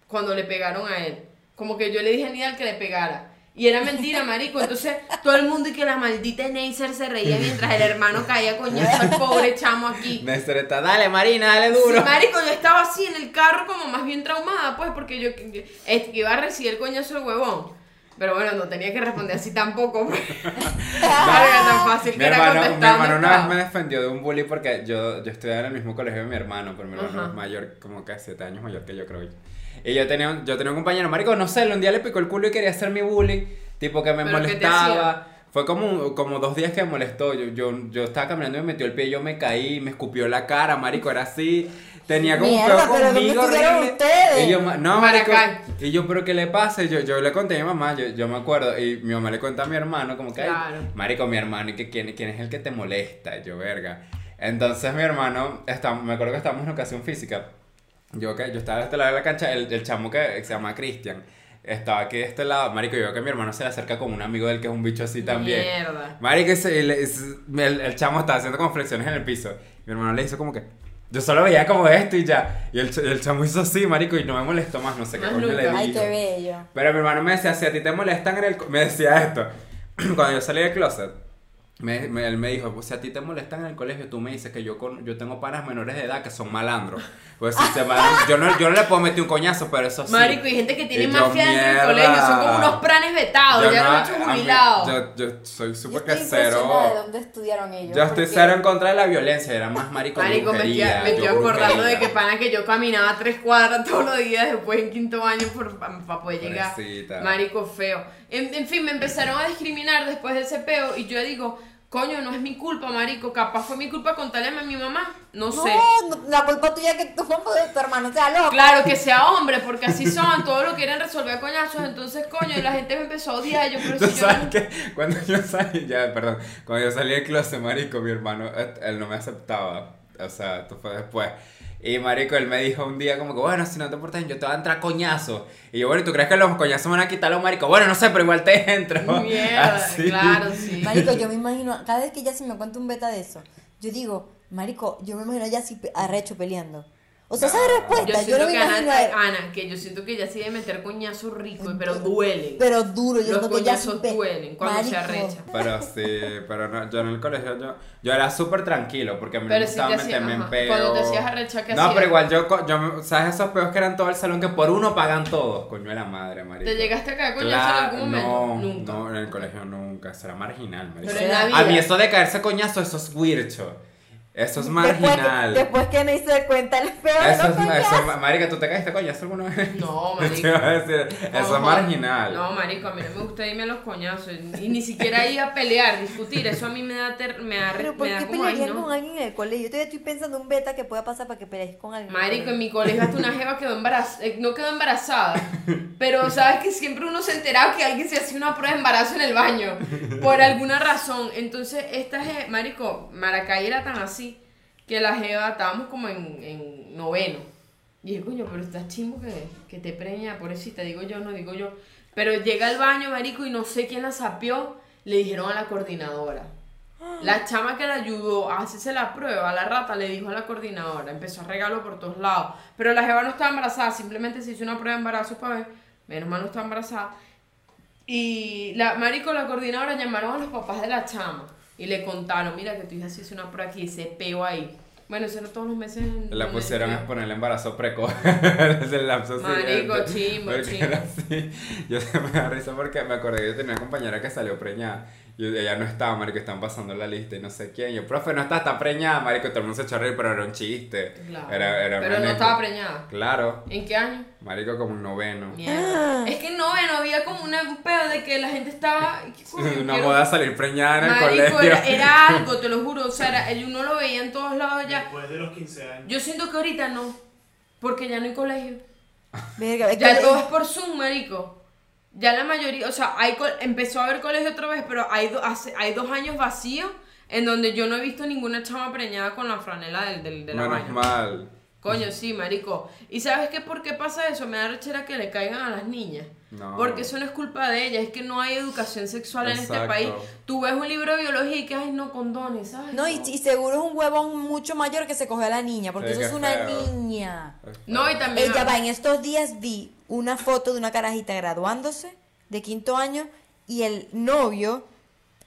cuando le pegaron a él. Como que yo le dije a Nidal que le pegara. Y era mentira, marico. Entonces, todo el mundo y que la maldita Neisser se reía mientras el hermano caía coñazo al pobre chamo aquí. Néstor está, dale Marina, dale duro. Sí, marico, yo estaba así en el carro como más bien traumada, pues, porque yo que- que- es que iba a recibir el coñazo del huevón. Pero bueno, no tenía que responder así tampoco. pues. Verga, tan fácil mi que era hermano, mi contestar hermano dónde una vez estaba. me defendió de un bully porque yo, yo estudiaba en el mismo colegio de mi hermano, pero mi hermano Ajá. es mayor, como que 7 años mayor que yo creo. Y yo tenía, un, yo tenía un compañero, marico, no sé, un día le picó el culo y quería hacer mi bully, tipo que me ¿Pero qué te molestaba. Fue como, un- como dos días que me molestó, yo, yo, yo estaba caminando y me metió el pie, yo me caí, me escupió la cara, marico, era así. Tenía como un Mierda, pedo pero ¿dónde conmigo estuvieron horrible. ustedes? Y yo, ma- no, marico, Maracay. y yo, pero ¿qué le pasa? Y yo, yo le conté a mi mamá, yo, yo me acuerdo, y mi mamá le contó a mi hermano, como que, ay, Claro. marico, mi hermano, ¿y que quién, quién es el que te molesta? Y yo, verga. Entonces mi hermano, está, me acuerdo que estábamos en educación física, yo, que, yo estaba de este lado de la cancha, el, el chamo que se llama Cristian, estaba aquí de este lado, marico, yo veo que mi hermano se le acerca con un amigo del que es un bicho así también. Mierda. Marico, ese- el, es- el- el chamo estaba haciendo como flexiones en el piso. Mi hermano le hizo como que. Yo solo veía como esto y ya. Y el, ch- el chamo hizo así, marico, y no me molestó más, no sé qué Más coño le nunca. dije. Ay, qué bello. Pero mi hermano me decía, si a ti te molestan en el... co-" Me decía esto, cuando yo salí del closet, me- me- él me dijo, pues si a ti te molestan en el colegio, tú me dices que yo, con, yo tengo panas menores de edad que son malandros. Pues si se malan- yo, no, yo no le puedo meter un coñazo, pero eso sí. Marico, y gente que tiene Y yo, mafia dentro del "Mierda". colegio, son como unos planes vetados, Yo ya no- no, muchos a mí- jubilados. Yo, yo soy Yo súper estoy que impresionada de cero... dónde estudiaron ellos. Yo estoy porque- cero en contra de la violencia, era más marico. Marico, me estoy, brujería, me estoy yo acordando de brujería. que pana que yo caminaba tres cuadras todos los días después en quinto año para poder llegar. Pobrecita. Marico feo. En, en fin, me empezaron a discriminar después de ese peo y yo digo, coño, no es mi culpa, marico. Capaz fue mi culpa contarle a mi mamá. No sé. No, no, la culpa tuya que tu mamá de tu hermano sea loco. Claro, que sea hombre, porque así son, todo lo quieren resolver a coñazos, entonces coño, y la gente me empezó a odiar, yo pero Tú si yo no- sabes que cuando yo salí, ya, perdón, cuando yo salí del closet, marico, mi hermano, eh, él no me aceptaba, o sea, esto fue después. Y marico, él me dijo un día como que, bueno, si no te portas bien, yo te voy a entrar coñazo. Y yo, bueno, ¿tú crees que los coñazos me van a quitar los maricos? Bueno, no sé, pero igual te entro. Mierda, Así. claro, sí. Marico, yo me imagino, cada vez que ya se me cuenta un beta de eso, yo digo, Marico, yo me imagino a Yassi pe- arrecho peleando. O sea, esa No. Yo respuesta, yo, siento no me que imagino Ana, a él, Ana, que yo siento que ella sí debe meter coñazos ricos, pero duelen. pero duro, yo Los siento que Yassi coñazos pe- duelen cuando se arrecha. Pero sí, pero no, yo en el colegio yo, yo era súper tranquilo porque a mí no me Pero sí te gustaba hacía- meterme en ajá. peo. Cuando te hacías arrecha, ¿qué No, hacías? pero igual yo, co- yo, me- ¿sabes esos peos que eran todo el salón que por uno pagan todos? Coño de la madre, marico. ¿Te llegaste a caer coñazo en Claro, algún momento? No, Nunca. no, en el colegio nunca, será marginal, marico. Pero en la A vida. mí eso de caerse coñazo, eso es wircho. Eso es Después marginal. que, después que me hice cuenta el peor, Eso no coño. es, eso, es- marica, ¿tú te caíste coñazo alguna vez? No, Te marico. iba a decir, eso es Ojo. marginal. No, marico, a mí no me gusta irme a los coñazos. Y ni siquiera ir a pelear, discutir. Eso a mí me da, ter- me da, re- Pero ¿por me da qué como ahí, pelearían ¿no? con alguien en el colegio? Yo todavía estoy pensando un beta que pueda pasar para que pelees con alguien. Marico, en mi colegio hasta una jeva quedó embarazada, no quedó embarazada, pero sabes que siempre uno se enteraba que alguien se hacía una prueba de embarazo en el baño, por alguna razón. Entonces, esta jeva, Marico, Maracay era tan así, que la jeva, estábamos como en, en noveno. Y dije, coño, pero estás chimbo que, que te preña, pobrecita, digo yo, no digo yo. Pero llega al baño, Marico, y no sé quién la sapió, le dijeron a la coordinadora. La chama que la ayudó a hacerse la prueba, la rata, le dijo a la coordinadora, empezó a regalo por todos lados. Pero la jeva no estaba embarazada, simplemente se hizo una prueba de embarazo para ver. Menos mal no está embarazada. Y la marico, la coordinadora, llamaron a los papás de la chama y le contaron, mira que tu hija se hizo una prueba aquí, ese peo ahí. Bueno, eso era todos los meses. en- La pues, en- pusieron a poner el embarazo precoz. el lapso Marico, siguiente. chimbo, Porque chimbo. era así. Yo se me da risa porque me acordé que yo tenía una compañera que salió preñada. Y ella no estaba, marico, están pasando la lista y no sé quién. Yo, profe, no está, está preñada, marico. Todo el mundo se echó a reír, pero era un chiste. Claro. Era, era Pero una no estaba anécdota. preñada. Claro. ¿En qué año? Marico, como un noveno. Mierda. Es que en noveno había como una- un pedo de que la gente estaba. ¿qué coño? Una Quiero- moda salir preñada en el Marico, colegio. era, era algo, te lo juro. O sea, era- el- uno lo veía en todos lados ya. Después de los 15 años. Yo siento que ahorita no, porque ya no hay colegio. Verga, es que- Ya todo es por Zoom, marico. Ya la mayoría, o sea, hay, co- empezó a haber colegio otra vez, pero hay, do- hace- hay dos años vacíos en donde yo no he visto ninguna chama preñada con la franela del, del, de la Menos vaina. mal. Coño, sí, marico. ¿Y sabes qué? ¿Por qué pasa eso? Me da rechera que le caigan a las niñas. No. Porque eso no es culpa de ellas, es que no hay educación sexual en este Exacto. país. Tú ves un libro de biología y que, ay, no condones, ¿sabes? No, y, y seguro es un huevón mucho mayor que se cogió a la niña, porque Sí, eso es qué una feo. niña. No, y también. Ella va, en estos días vi una foto de una carajita graduándose de quinto año y el novio,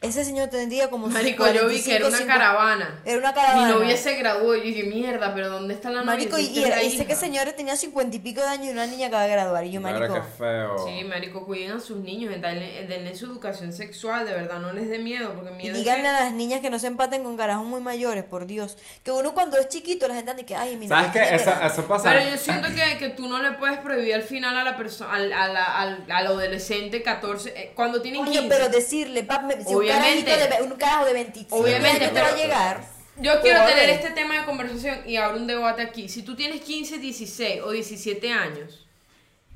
ese señor tendría como sus Marico, yo vi que era una 45, caravana. Era una caravana. Mi novia se graduó y yo dije, mierda, pero ¿dónde está la novia? Marico, y, ¿Dónde y está la dice que hija? señores tenía cincuenta y pico de años y una niña acaba de graduar. Y yo, Claro, marico, qué feo. Sí, marico, cuiden a sus niños, denle, denle su educación sexual, de verdad, no les dé miedo, porque y miedo es díganle que- a las niñas que no se empaten con carajos muy mayores, por Dios. Que uno cuando es chiquito, la gente anda y que, ay, mira. ¿Sabes tiene qué? Eso, que- eso pasa. Pero yo siento que, que tú no le puedes prohibir al final a la persona, al, al, al, al adolescente 14, eh, cuando tienen Coño, 15. pero decirle, pa, me- si un, Obviamente. carajito de ve- un carajo de 25 Obviamente, años te va a pero- llegar. Yo quiero Pues, tener oye. este tema de conversación y abro un debate aquí. Si tú tienes 15, 16 o 17 años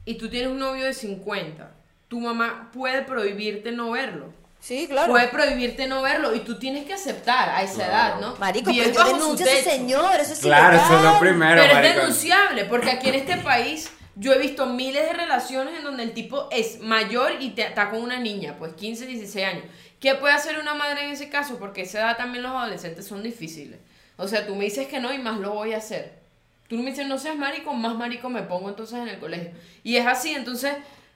y tú tienes un novio de 50, tu mamá puede prohibirte no verlo. Sí, claro. Puede prohibirte no verlo y tú tienes que aceptar a esa edad, ¿no? Marico, Bien pero yo bajo su denuncio a ese techo. señor, eso es Claro, eso es lo ilegal. primero, Pero, es marico. denunciable, porque aquí en este país yo he visto miles de relaciones en donde el tipo es mayor y te está con una niña, pues 15, 16 años. ¿Qué puede hacer una madre en ese caso? Porque a esa edad también los adolescentes son difíciles. O sea, tú me dices que no y más lo voy a hacer. Tú me dices, no seas marico, más marico me pongo entonces en el colegio. Y es así, entonces,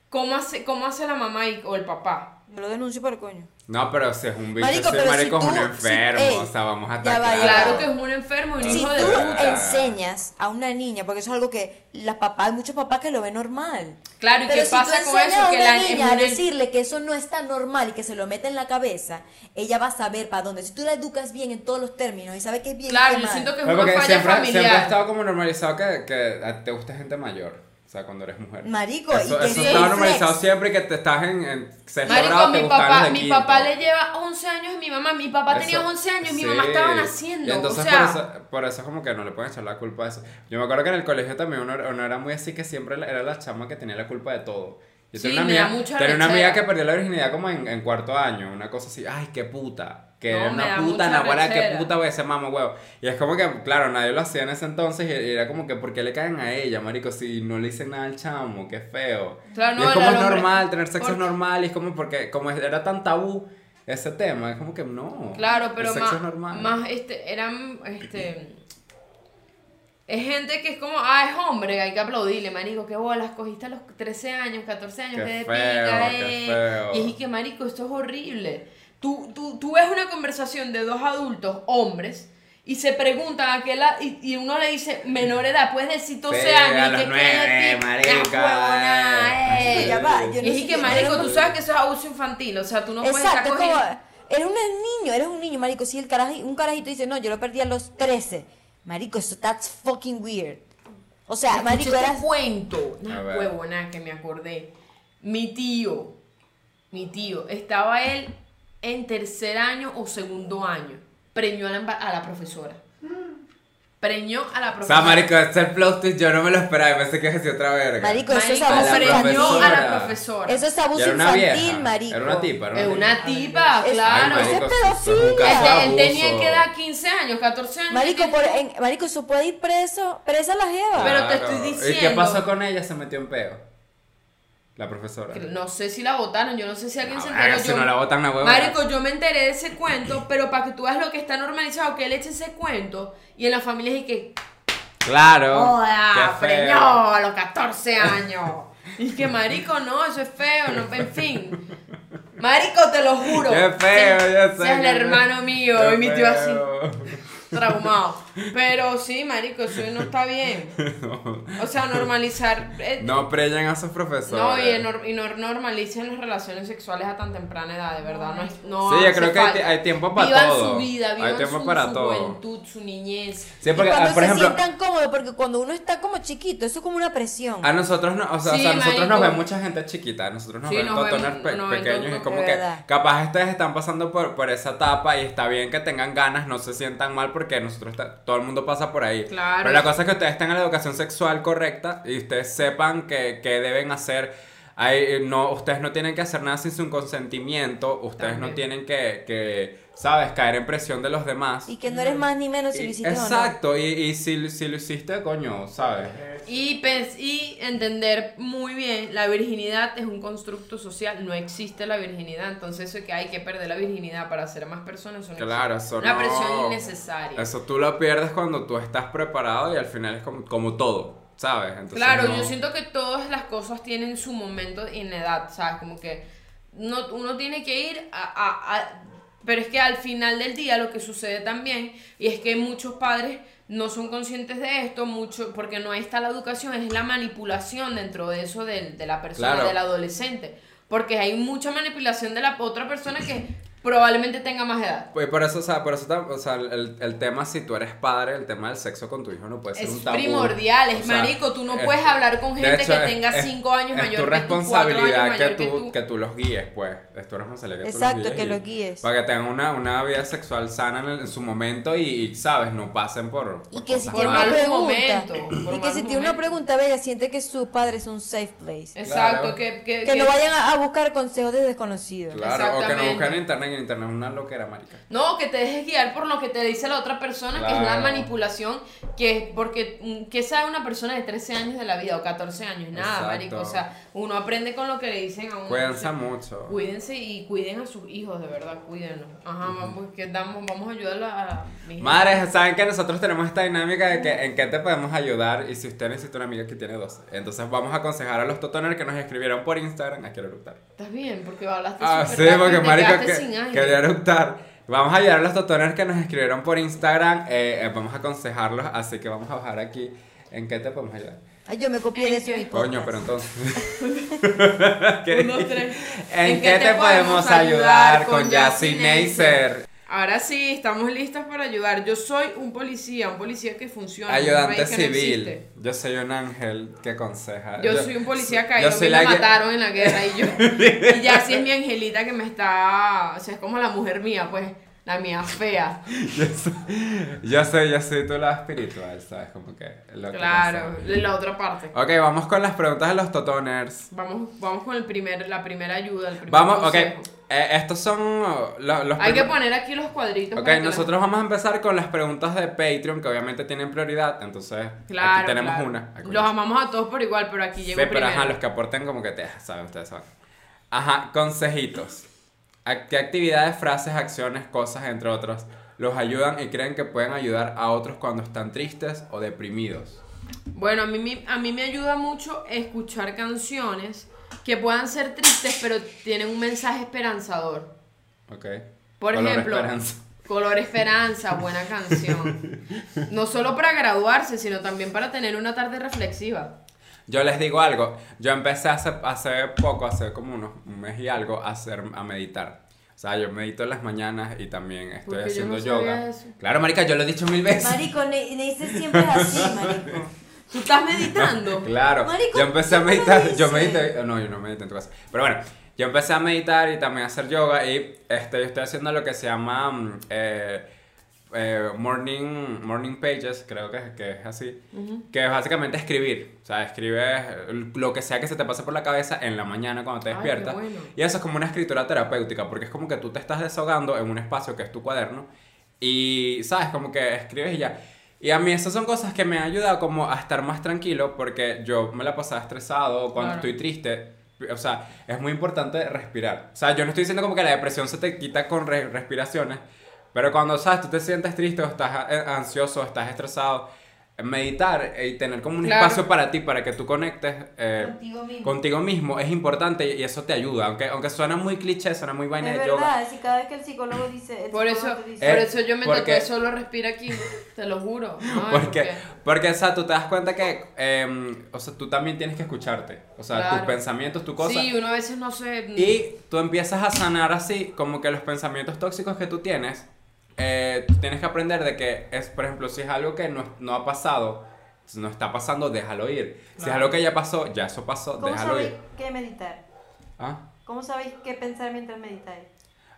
¿cómo hace, cómo hace la mamá y- o el papá? Yo lo denuncio por coño. No, pero si es un bicho, Marico, ese pero si marico es un tú- enfermo. si- ey, o sea, vamos a ya va, atacar. ya Claro que es un enfermo y un Si hijo tú de puta. enseñas a una niña, porque eso es algo que las papás, hay muchos papás que lo ven normal. Claro, ¿y Pero qué si pasa tú con enseñas eso? a Que una la- es niña a un en- decirle que eso no está normal y que se lo mete en la cabeza, ella va a saber para dónde. Si tú la educas bien en todos los términos y sabe que es bien y Claro, qué yo mal. siento que es Pero una porque falla siempre, familiar. siempre ha estado como normalizado que, que a- te gusta gente mayor. O sea, cuando eres mujer. Marico, eso, y que eso sí, estaba flex. normalizado siempre y que te estás en, en sexto Marico, grado, te mi gustan los papá, de mi quinto. papá le lleva 11 años a mi mamá. Mi papá tenía Eso, 11 años, mi sí. mamá estaba Y naciendo. entonces o sea, por, eso, por eso como que no le pueden echar la culpa a eso. Yo me acuerdo que en el colegio también uno, uno era muy así que siempre la- era la chama que tenía la culpa de todo. Yo Sí, tenía una me da amiga, mucha tenía una rechera. amiga que perdió la virginidad como en, en cuarto año, una cosa así, ay, qué puta, que No, era me una da puta, mucha naguará, qué rechera. puta, voy a ese mamo huevo. Y es como que, claro, nadie lo hacía en ese entonces y, y era como que, ¿por qué le caen a ella, marico? Si no le dicen nada al chamo, qué feo. Claro, y no, es como era el hombre- normal, tener sexo es porque- normal, y es como porque, como era tan tabú ese tema, es como que no. claro, pero el sexo más, es normal. más este, eran, este, es gente que es como, ah, es hombre, hay que aplaudirle, marico, qué bolas, cogiste a los 13 años, 14 años, Qué qué de feo, qué pinga, eh. feo. Y es y que, marico, esto es horrible. Tú, tú, tú ves una conversación de dos adultos, hombres, y se preguntan a qué la, y, y uno le dice, menor edad, puedes decir 12 Sí, años. a y los que nueve, cállate, marica, ya, huevona, eh. eh. Ya va, yo no Y es sé y que, qué- marico, no- tú sabes que eso es abuso infantil, o sea, tú no puedes estar Exacto, es como, cogiendo... eres un niño, eres un niño, marico. Si el caraji- un carajito dice, no, yo lo perdí a los 13. Marico, eso that's fucking weird. O sea, marico, Yo te eras... este cuento A una ver. huevona que me acordé. Mi tío, mi tío, estaba él en tercer año o segundo año. Preñó a la, emba- a la profesora. Preñó a O la sea, profesora. marico, este es el plot twist, yo no me lo esperaba, pensé que hacía otra verga. Marico, eso es Marico, abuso preñó infantil. a la profesora. Eso es abuso Y era una infantil, vieja, marico. Era una tipa, era Es una una tipa. tipa, Es- claro. Ay, marico, Eso es eso- eso un pedofilia. caso de Él te- él tenía abuso. que dar 15 años, 14 años. Marico, tenía- por, en- marico, eso puede ir preso, presa la jeva. Pero- te estoy ¿Y qué diciendo- pasó con ella? Se metió en peo. La profesora. No sé si la votaron, yo no sé si alguien No, se verga, enteró. si yo- no la botan, la huevona. Marico, yo me enteré de ese cuento, pero para que tú veas lo que está normalizado, que él eche ese cuento y en la familia es que, Claro. ¡Joda! Oh, qué feo. ¡Preñó a los 14 años! Y que marico, no, eso es feo, no, en fin. Marico, te lo juro. Qué feo, Seas- ya sé. Seas el qué hermano feo. mío. Qué y mi tío así, feo. traumado. Pero sí, marico, eso no está bien. O sea, normalizar. eh, No preñan a sus profesores. no, y, enor- y no normalicen las relaciones sexuales a tan temprana edad, de verdad. No, es- no Sí, yo hace creo que hay falta. ti- hay tiempo para vivan todo. su vida, Hay vivan tiempo su, para su todo. juventud, su niñez. Sí, porque, y cuando ah, por se ejemplo, sientan cómodos, porque cuando uno está como chiquito, eso es como una presión. A nosotros, no, o sea, o Sí, sea, a nosotros nos marico. ven mucha gente chiquita, a nosotros nos Sí, ven nos totones ven- pe- nos ven pequeños y totones. como De que verdad. capaz ustedes están pasando por, por esa etapa y está bien que tengan ganas, no se sientan mal porque nosotros está- todo el mundo pasa por ahí. Claro. Pero la cosa es que ustedes tengan la educación sexual correcta y ustedes sepan que, que deben hacer. hay- eh, no, ustedes no tienen que hacer nada sin su consentimiento, ustedes no También. tienen que, que, ¿sabes?, caer en presión de los demás. Y que no eres más ni menos si Y- lo hiciste Exacto, y, y si, si lo hiciste, coño, ¿sabes? Y, pens- y entender muy bien, la virginidad es un constructo social, no existe la virginidad, entonces eso de que hay que perder la virginidad para ser más personas, eso no Claro, existe. eso una no- presión innecesaria. Eso tú lo pierdes cuando tú estás preparado y al final es como, como todo, ¿sabes? Entonces, Claro, no- yo siento que todas las cosas tienen su momento en la edad, ¿sabes? Como que no, uno tiene que ir a, a- a- Pero es que al final del día lo que sucede también, y es que muchos padres no son conscientes de esto, mucho, porque no está la educación, es la manipulación dentro de eso del- de, la persona, Claro. del adolescente. Porque hay mucha manipulación de la otra persona que probablemente tenga más edad. Pues por eso, o sea, por eso tam- o sea, el, el tema, si tú eres padre, el tema del sexo con tu hijo no puede ser Es un tabú. primordial, es O sea, marico, tú no es- puedes hablar con de gente que es- tenga es- cinco años es mayor tu que tú, cuatro responsabilidad años que, mayor que tú, tú. que tú los guíes, pues. Es tu responsabilidad que Exacto, tú los guíes. que y- los guíes. Para que tengan una, una vida sexual sana en, el- en su momento y, y, ¿sabes? No pasen por. o no. por Y que si cosas tiene mal una malas. pregunta. momento, por Y que mal si tiene una momento. pregunta, vea, siente que sus padres son safe place. Exacto, Claro. que, que, Que que- no vayan a a buscar consejos de desconocidos. Claro, o que no Exactamente. busquen en internet, que en internet es una loquera, marica. no, que te dejes guiar por lo que te dice la otra persona, que es la Claro. manipulación, que es porque, mm, ¿qué sabe una persona de 13 años de la vida o 14 años? Nada, Exacto. marico, o sea, uno aprende con lo que le dicen a uno. Cuídense mucho. Cuídense y cuiden a sus hijos, de verdad, cuídenlos. Ajá, vamos, que damos, vamos a ayudar a la... mis- Madres, saben que nosotros tenemos esta dinámica de que en qué te podemos ayudar y si usted necesita una amiga que tiene 12. Entonces vamos a aconsejar a los Totoners que nos escribieron por Instagram a quiero eructar. Estás bien, porque hablaste Ah, sí, súper rápido y porque te marico quedaste sin que, aire. quería eructar. Vamos a ayudar a los Totoners que nos escribieron por Instagram, eh, eh, vamos a aconsejarlos, así que vamos a bajar aquí en qué te podemos ayudar. Ay, yo me copié de eso. en mi Coño, podcast. pero entonces... Uno, tres. ¿En, qué, te, podemos ayudar con Jassy Neisser? Ahora sí, estamos listas para ayudar. Yo soy un policía, un policía que funciona. en un Ayudante país que no civil. existe. yo soy un ángel que aconseja. yo, soy un policía caído, yo soy me la guía- mataron en la guerra y yo. y ya sí es mi angelita que me está. O sea, es como la mujer mía, pues. La mía fea. Yo soy, yo soy, yo soy tu lado espiritual, ¿sabes? Como que lo que Claro, pasa. la otra parte. Ok, vamos con las preguntas de los Totoners. Vamos, vamos con el primer, la primera ayuda. El primer Vamos, ok. consejo. eh, estos son uh, lo- los Hay que prim- poner aquí los cuadritos. Ok, para que la- nosotros vamos a empezar con las preguntas de Patreon, que obviamente tienen prioridad, entonces Claro, aquí tenemos claro. una. Ah, Los amamos a todos por igual, pero aquí Sí, llegó pero primero. ajá, los que aporten como que te saben, ustedes saben. Ajá, consejitos. ¿A ¿Qué actividades, frases, acciones, cosas, entre otras, los ayudan y creen que pueden ayudar a otros cuando están tristes o deprimidos? Bueno, a mí, me- a mí me ayuda mucho escuchar canciones que puedan ser tristes, pero tienen un mensaje esperanzador. ¿Ok? Por Color ejemplo, esperanza. Color Esperanza, buena canción. No solo para graduarse, sino también para tener una tarde reflexiva. Yo les digo algo. Yo empecé hace, hace poco, hace como unos, un mes y algo, a, hacer, a meditar. O sea, yo medito en las mañanas y también estoy Porque yo haciendo no sabía yoga. eso. Claro, marica, yo lo he dicho mil veces. Marico, ne, ne dice siempre es así, marico. ¿Tú estás meditando? Claro, Marico, yo empecé a ¿tú qué meditar, yo dices? medité, no, yo no medité en tu casa, pero bueno, yo empecé a meditar y también a hacer yoga y este, yo estoy haciendo lo que se llama mm, eh, eh, morning, morning pages, creo que, es- que es así, que es básicamente escribir, o sea, escribes lo que sea que se te pase por la cabeza en la mañana cuando te Ay, qué despiertas bueno. y eso es como una escritura terapéutica, porque es como que tú te estás desahogando en un espacio que es tu cuaderno y, ¿sabes? Como que escribes y ya. Y a mí esas son cosas que me han ayudado como a estar más tranquilo porque yo me la pasaba estresado cuando Claro. estoy triste. O sea, es muy importante respirar. O sea, yo no estoy diciendo como que la depresión se te quita con re- respiraciones, pero cuando, ¿sabes? Tú te sientes triste o estás eh, ansioso o estás estresado, meditar y tener como un Claro. espacio para ti, para que tú conectes eh, Contigo mismo. contigo mismo es importante y eso te ayuda, aunque, aunque suena muy cliché, suena muy vaina Es de yoga. verdad, si cada vez que el psicólogo dice. el Por eso, psicólogo te dice, por Eh, eso yo me porque- tatué solo respira aquí, te lo juro. Ay, Porque, porque, o sea, tú te das cuenta que, eh, o sea, tú también tienes que escucharte, o sea, Claro. tus pensamientos, tu cosa. Sí, uno a veces no se... Y tú empiezas a sanar así, como que los pensamientos tóxicos que tú tienes, eh, tú tienes que aprender de que, es, por ejemplo, si es algo que no, no ha pasado, si no está pasando, déjalo ir. Si es Claro. algo que ya pasó, ya eso pasó, ¿Cómo déjalo sabéis ir. qué meditar? ¿Ah? ¿Cómo sabéis qué pensar mientras meditáis?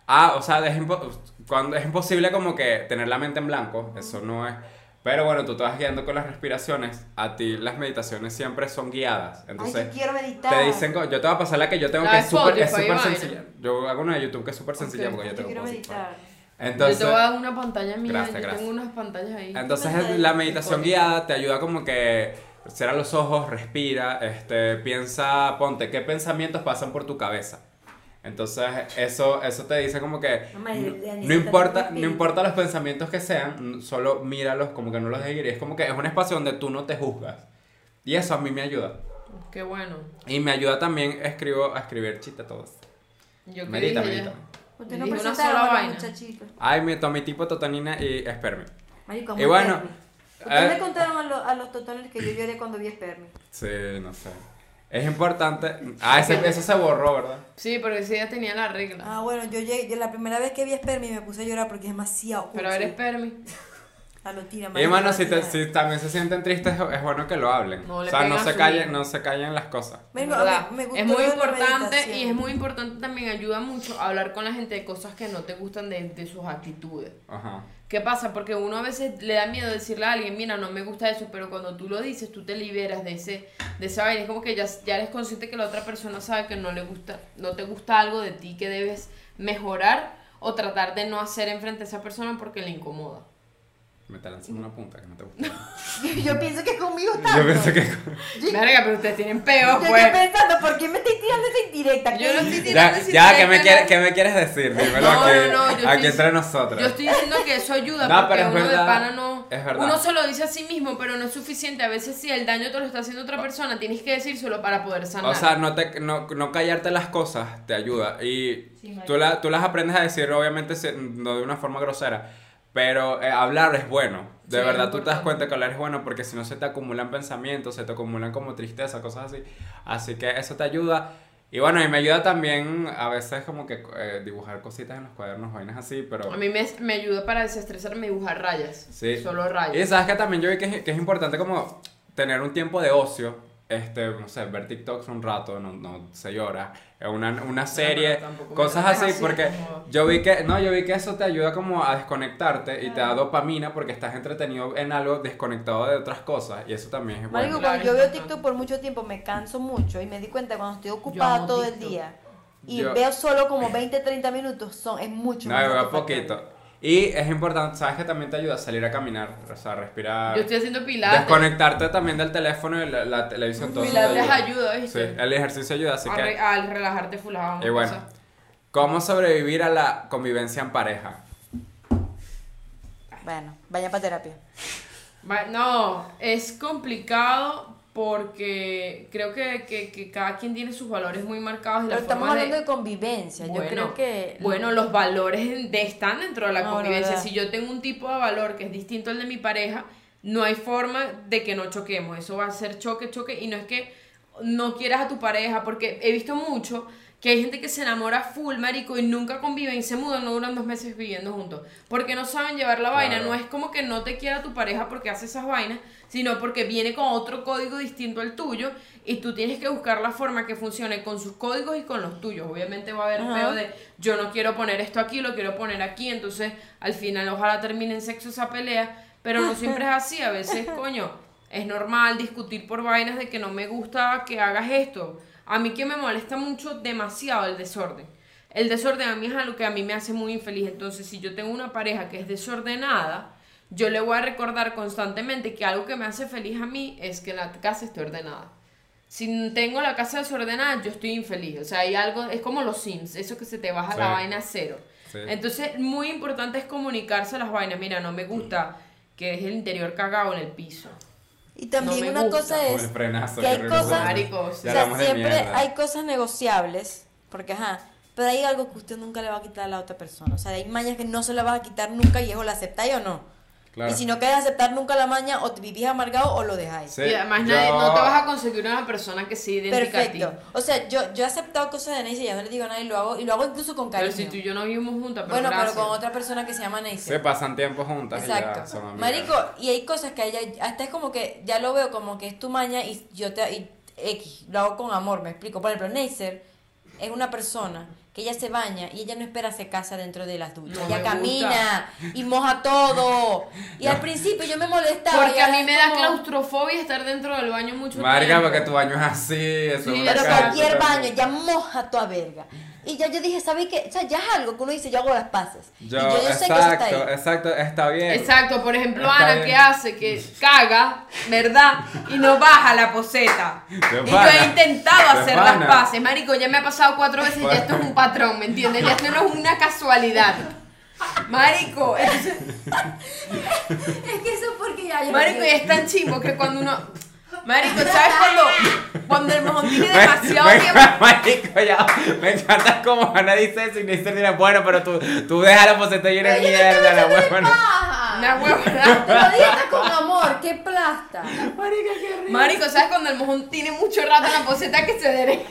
Ah, o sea, es, impo- cuando, es imposible como que tener la mente en blanco, eso no es. Pero bueno, tú te vas guiando con las respiraciones. A ti las meditaciones siempre son guiadas. Entonces, Ay, yo quiero meditar. te dicen, co- yo te voy a pasar la que yo tengo La que de es súper es Spotify, súper vaina. sencilla. Yo hago una de YouTube que es súper sencilla Ok, porque yo Yo tengo quiero Spotify. meditar. Entonces, yo te voy a dar una pantalla mía, Gracias, yo gracias. Ah. tengo unas pantallas ahí. Entonces la meditación guiada te ayuda como que cierra los ojos, respira, este, piensa, ponte, ¿qué pensamientos pasan por tu cabeza? Entonces eso, eso te dice como que No, madre, Dani, no está importa, tan no difícil. importa los pensamientos que sean, mm, solo míralos, como que no los deberías. Es como que es un espacio donde tú no te juzgas. Y eso a mí me ayuda. Qué bueno. Y me ayuda también escribo, a escribir chistes todos. Yo que Medita, dije medita. ya. ¿Por qué no Dije una presentaron sola a los vaina. muchachitos? Ay, mi tomitipo, totanina y esperme. Marico, Y muy bueno, nervio. ¿Ustedes eh, le contaron a, lo- a los totones que yo lloré cuando vi Spermi? Sí, no sé. Es importante. Ah, ese- eso se borró, ¿verdad? Sí, porque si ella tenía la regla. Ah, bueno, yo llegué, yo la primera vez que vi Spermi me puse a llorar porque es demasiado. Pero a ver, esperme. A lo tira, Y marico, bueno, lo si, te- tira. si también se sienten tristes, es bueno que lo hablen. No, o le sea, no peguen a se, su callen, hijo. no se callen las cosas. Marico, ¿Verdad? me- me gustó es muy lo de la importante y meditación. es muy importante también ayuda mucho a hablar con la gente de cosas que no te gustan de, de sus actitudes. Ajá. ¿Qué pasa? Porque uno a veces le da miedo decirle a alguien, mira, no me gusta eso, pero cuando tú lo dices, tú te liberas de ese de esa vaina. Es como que ya, ya eres consciente que la otra persona sabe que no le gusta, no te gusta algo de ti que debes mejorar o tratar de no hacer enfrente a esa persona porque le incomoda. Me está lanzando una punta que no te gusta. Yo pienso que conmigo tanto. Yo pienso que. Verga, pero ustedes tienen peo, Yo estoy pues. pensando, ¿por qué me estoy tirando esa indirecta? Yo no estoy tirando Ya, ese ya ¿qué, me tema. quieres, ¿qué me quieres decir? Dímelo No, aquí, no, no, yo aquí estoy- entre nosotros. Yo estoy diciendo que eso ayuda No, porque pero es uno verdad, de pana no. es verdad. Uno se lo dice a sí mismo, pero no es suficiente. A veces, si el daño te lo está haciendo otra persona, tienes que decírselo para poder sanar. Ah. O sea, no, te, no, no callarte las cosas te ayuda. Y tú, la- tú las aprendes a decir, obviamente, si- no de una forma grosera. Pero eh, hablar es bueno. De Sí, es verdad, tú te das importante. cuenta que hablar es bueno porque si no se te acumulan pensamientos, se te acumulan como tristeza, cosas así. Así que eso te ayuda. Y bueno, y me ayuda también a veces como que eh, dibujar cositas en los cuadernos, vainas así, pero... A mí me, me ayuda para desestresarme dibujar rayas. Sí. Solo rayas. Y sabes que también yo vi que es, que es importante como tener un tiempo de ocio, este, no sé, ver TikToks un rato, no, no seis horas, eh, una, una serie, tampoco me cosas parece así, así, porque como- yo vi que, no, yo vi que eso te ayuda como a desconectarte y te da dopamina porque estás entretenido en algo desconectado de otras cosas y eso también es bueno. Marico, Claro, cuando yo veo importante. TikTok por mucho tiempo me canso mucho y me di cuenta cuando estoy Yo ocupada amo todo el TikTok. día y Yo- veo solo como 20, 30 minutos, son, es mucho. No, más yo veo satisfactorio. poquito. Y es importante, sabes que también te ayuda a salir a caminar, o sea, respirar. Yo estoy haciendo pilates. Desconectarte también del teléfono y la, la televisión todo. eso te Pilates ayuda, Sí, ¿viste? el ejercicio ayuda, así A que... re- al relajarte fulajado. Y bueno, ¿cómo sobrevivir a la convivencia en pareja? Bueno, vaya para terapia. Va- No, es complicado porque creo que, que- que cada quien tiene sus valores muy marcados y Pero la estamos forma de... hablando de convivencia. Yo creo que. bueno, los valores de- están dentro de la No, convivencia. no, no. Si yo tengo un tipo de valor que es distinto al de mi pareja, no hay forma de que no choquemos. Eso va a ser choque, choque. Y no es que no quieras a tu pareja, porque he visto mucho que hay gente que se enamora full, marico, y nunca conviven, se mudan, no duran dos meses viviendo juntos. Porque no saben llevar la vaina. Claro. No es como que no te quiera tu pareja porque hace esas vainas, sino porque viene con otro código distinto al tuyo y tú tienes que buscar la forma que funcione con sus códigos y con los tuyos. Obviamente va a haber Ajá. feo de yo no quiero poner esto aquí, lo quiero poner aquí, entonces al final ojalá termine en sexo esa pelea, pero no siempre es así, a veces, coño, es normal discutir por vainas de que no me gusta que hagas esto. A mí que me molesta mucho demasiado el desorden. El desorden a mí es algo que a mí me hace muy infeliz. Entonces, si yo tengo una pareja que es desordenada, yo le voy a recordar constantemente que algo que me hace feliz a mí es que la casa esté ordenada. Si tengo la casa desordenada, yo estoy infeliz. O sea, hay algo, es como los Sims, eso que se te baja Sí. la vaina a cero. Sí. Entonces, muy importante es comunicarse las vainas. Mira, no me gusta que deje el interior cagado en el piso. y no también me una gusta. cosa Como es. el frenazo que hay horrible. cosas- Maricos. Ya o sea, hablamos de siempre mierda. hay cosas negociables, porque ajá, pero hay algo que usted nunca le va a quitar a la otra persona. O sea, hay mañas que no se la vas a quitar nunca y eso la aceptáis o no. Claro. Y si no queréis aceptar nunca la maña, o te vivís amargado o lo dejáis. Sí, y además, yo- nadie- no te vas a conseguir una persona que sea idéntica a Perfecto. ti. O sea, yo, yo he aceptado cosas de Neisha y ya no le digo nada y lo hago, y lo hago incluso con Pero cariño. si tú y yo no vivimos juntas, pero bueno, gracias. pero con otra persona que se llama Neisha. Se pasan tiempo juntas y ya Exacto. son amigas. Marico, y hay cosas que ella hasta es como que ya lo veo como que es tu maña y yo te y X, lo hago con amor, me explico. Por ejemplo, Neisser es una persona que ella se baña y ella no espera secarse dentro de las duchas. No ella me camina y moja todo. Y al principio yo me molestaba. y Porque a ahora mí es me da como- claustrofobia estar dentro del baño mucho Marga, tiempo. porque tu baño es así, eso Sí, es una Pero cárcel. cualquier baño ya moja toda verga. Y ya yo dije, ¿sabes qué? O sea, ya es algo que uno dice, yo hago las paces. Yo, y yo, yo sé que eso está exacto, ahí. exacto, está bien. Exacto, por ejemplo, Está Ana, bien. que hace? Que caga, ¿verdad? Y no baja la poseta. Y yo pana, he intentado de hacer las pana. paces, marico, ya me ha pasado cuatro veces y ya esto es un patrón, ¿me entiendes? Ya esto no es una casualidad. Marico, entonces, Es que eso porque ya yo. marico, y es tan chimbo que cuando uno... Marico, ¿sabes cuando, cuando el mojón tiene Me- demasiado me- tiempo? marico, ya, me encanta como Ana dice eso y dice, mira, bueno, pero tú, tú pues, deja la poseta llena de mierda, la huevona. Paja. Una huevonada. Lo dices con amor, qué plasta. Marico, ¿sabes cuando el mojón tiene mucho rato en la poseta que se derecha?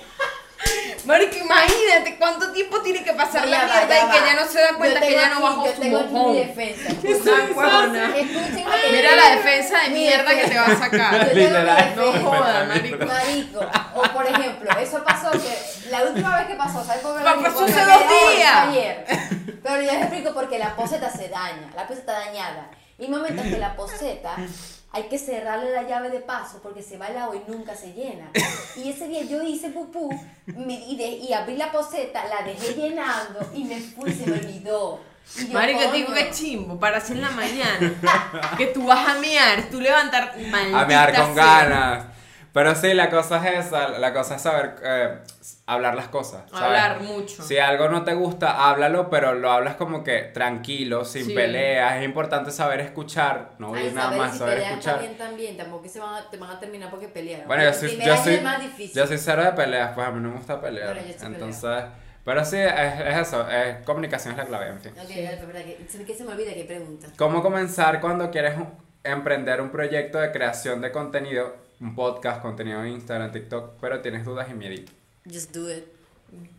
Marico, imagínate cuánto tiempo tiene que pasar la Ya va, mierda ya y que va. ya no se da cuenta Yo que tengo ya no aquí- bajó yo su tengo aquí mi mojón. defensa. Una huevona. Escuchen lo que Mira yo la digo. defensa de Mi mierda que te va a Yo sacar. tengo mi Literal, No defensa. jodas, marico. Marico, o por ejemplo, eso pasó que la última vez que pasó, ¿sabes por qué? Papá, Porque eso hace me dos quedé hoy, días. Ayer. Pero yo les explico porque la poseta se daña, la poseta dañada. Y momentos que la poseta hay que cerrarle la llave de paso porque se va el agua y nunca se llena. Y ese día yo hice pupú me- y, de- y abrí la poseta, la dejé llenando y me fui, se me olvidó. Y yo, Marico, te digo coño. que chimbo, para hacer en la mañana, que tú vas a mear, tú levantar maldita A mear con sea. ganas. Pero sí, la cosa es esa, la cosa es saber eh, hablar las cosas. ¿sabes? Hablar mucho. Si algo no te gusta, háblalo, pero lo hablas como que tranquilo, sin Sí. peleas. Es importante saber escuchar, no Ay, oír nada saber más, si saber peleas escuchar. También, también, tampoco que se van a, te van a terminar porque pelearon. Bueno, yo soy, Primer yo año soy, es más difícil. yo soy cero de peleas, pues a mí no me gusta pelear. Bueno, yo sí peleo. Entonces, pero sí, es, es eso, es, comunicación es la clave, en fin. Ok, es verdad que se, que se me olvida que pregunta. ¿Cómo comenzar cuando quieres un- emprender un proyecto de creación de contenido, un podcast, contenido en Instagram, TikTok, pero tienes dudas y miedito? Just do it.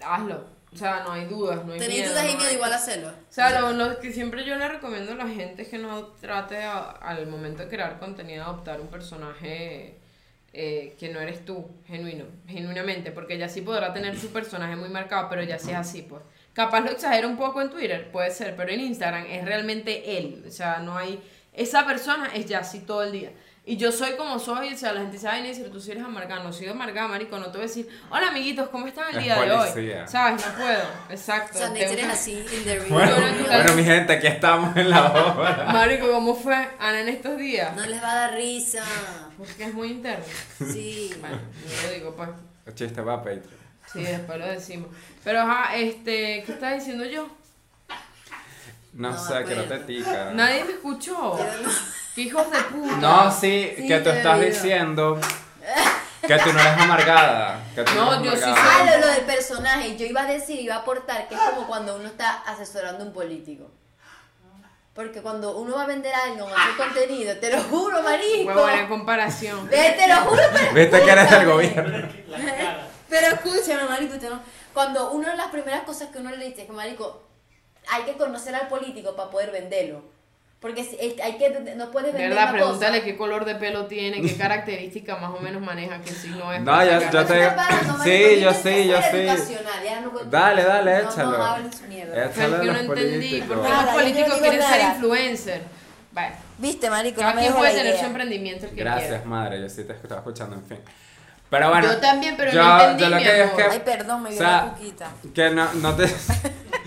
Hazlo. O sea, no hay dudas, no hay Tenéis miedo, dudas y no miedo, hay- igual hacerlo. O sea, lo, lo que siempre yo le recomiendo a la gente es que no trate a- al momento de crear contenido de adoptar un personaje eh, que no eres tú, genuino, genuinamente, porque ya sí podrá tener su personaje muy marcado, pero ya sí es así, pues. Capaz lo exagera un poco en Twitter, puede ser, pero en Instagram es realmente él, o sea, no hay... Esa persona es ya así todo el día. Y yo soy como soy, o sea, la gente sabe, Inés, tú sí eres amargada, no soy amargada, marico, no te voy a decir, hola amiguitos, ¿cómo están el Es día de hoy? policía. ¿Sabes? No puedo, exacto. O sea, tengo Nature que- es así, in the real. Bueno, Bueno, tú- bueno, mi gente, aquí estamos en la obra. Marico, ¿cómo fue Ana en estos días? No les va a dar risa. Porque es muy interno. Sí. Bueno, yo lo digo, pues. Chiste, va, Patreon. Sí, después lo decimos. Pero, ajá, este, ¿qué estaba diciendo yo? No, No, sé, que no te acuérdate. tica. Nadie me escuchó. ¿Qué hijos de puta? No, sí, Sí, que tú te estás digo. diciendo que tú no eres amargada. que tú No, eres yo sí amargada. Ah, lo, lo del personaje. Yo iba a decir, iba a aportar que es como cuando uno está asesorando a un político. Porque cuando uno va a vender algo, hacer contenido, te lo juro, marico. Huevón, en comparación. Ve, te lo juro, pero Viste que eres del escúchame. gobierno. Pero escúchame, marico, usted no- cuando una de las primeras cosas que uno le dice es que, marico, hay que conocer al político para poder venderlo. Porque si- es- hay que, no puedes vender ¿Verdad? una Pregúntale cosa. qué color de pelo tiene, qué característica más o menos maneja, qué signo es. No, ya- yo No te- estás sí, parando, marico, yo tienes sí, que yo ser sí. educacional, ya no cuento- Dale, dale, no, échalo. Eh. No, hables mierda. Pero Échale es a que los no entendí, políticos. ¿por qué Nada, los yo no políticos digo quieren ser nada. influencers? Vale. Viste, marico, no Cada me quien dejó puede la tener idea. su emprendimiento el que quiera. Gracias, madre, yo sí te estaba escuchando, en fin. Pero bueno. Yo también, pero yo- no entendí, yo lo mi que digo amor. es que- Ay, perdón, me dio o sea, la cuquita. Que no, no te...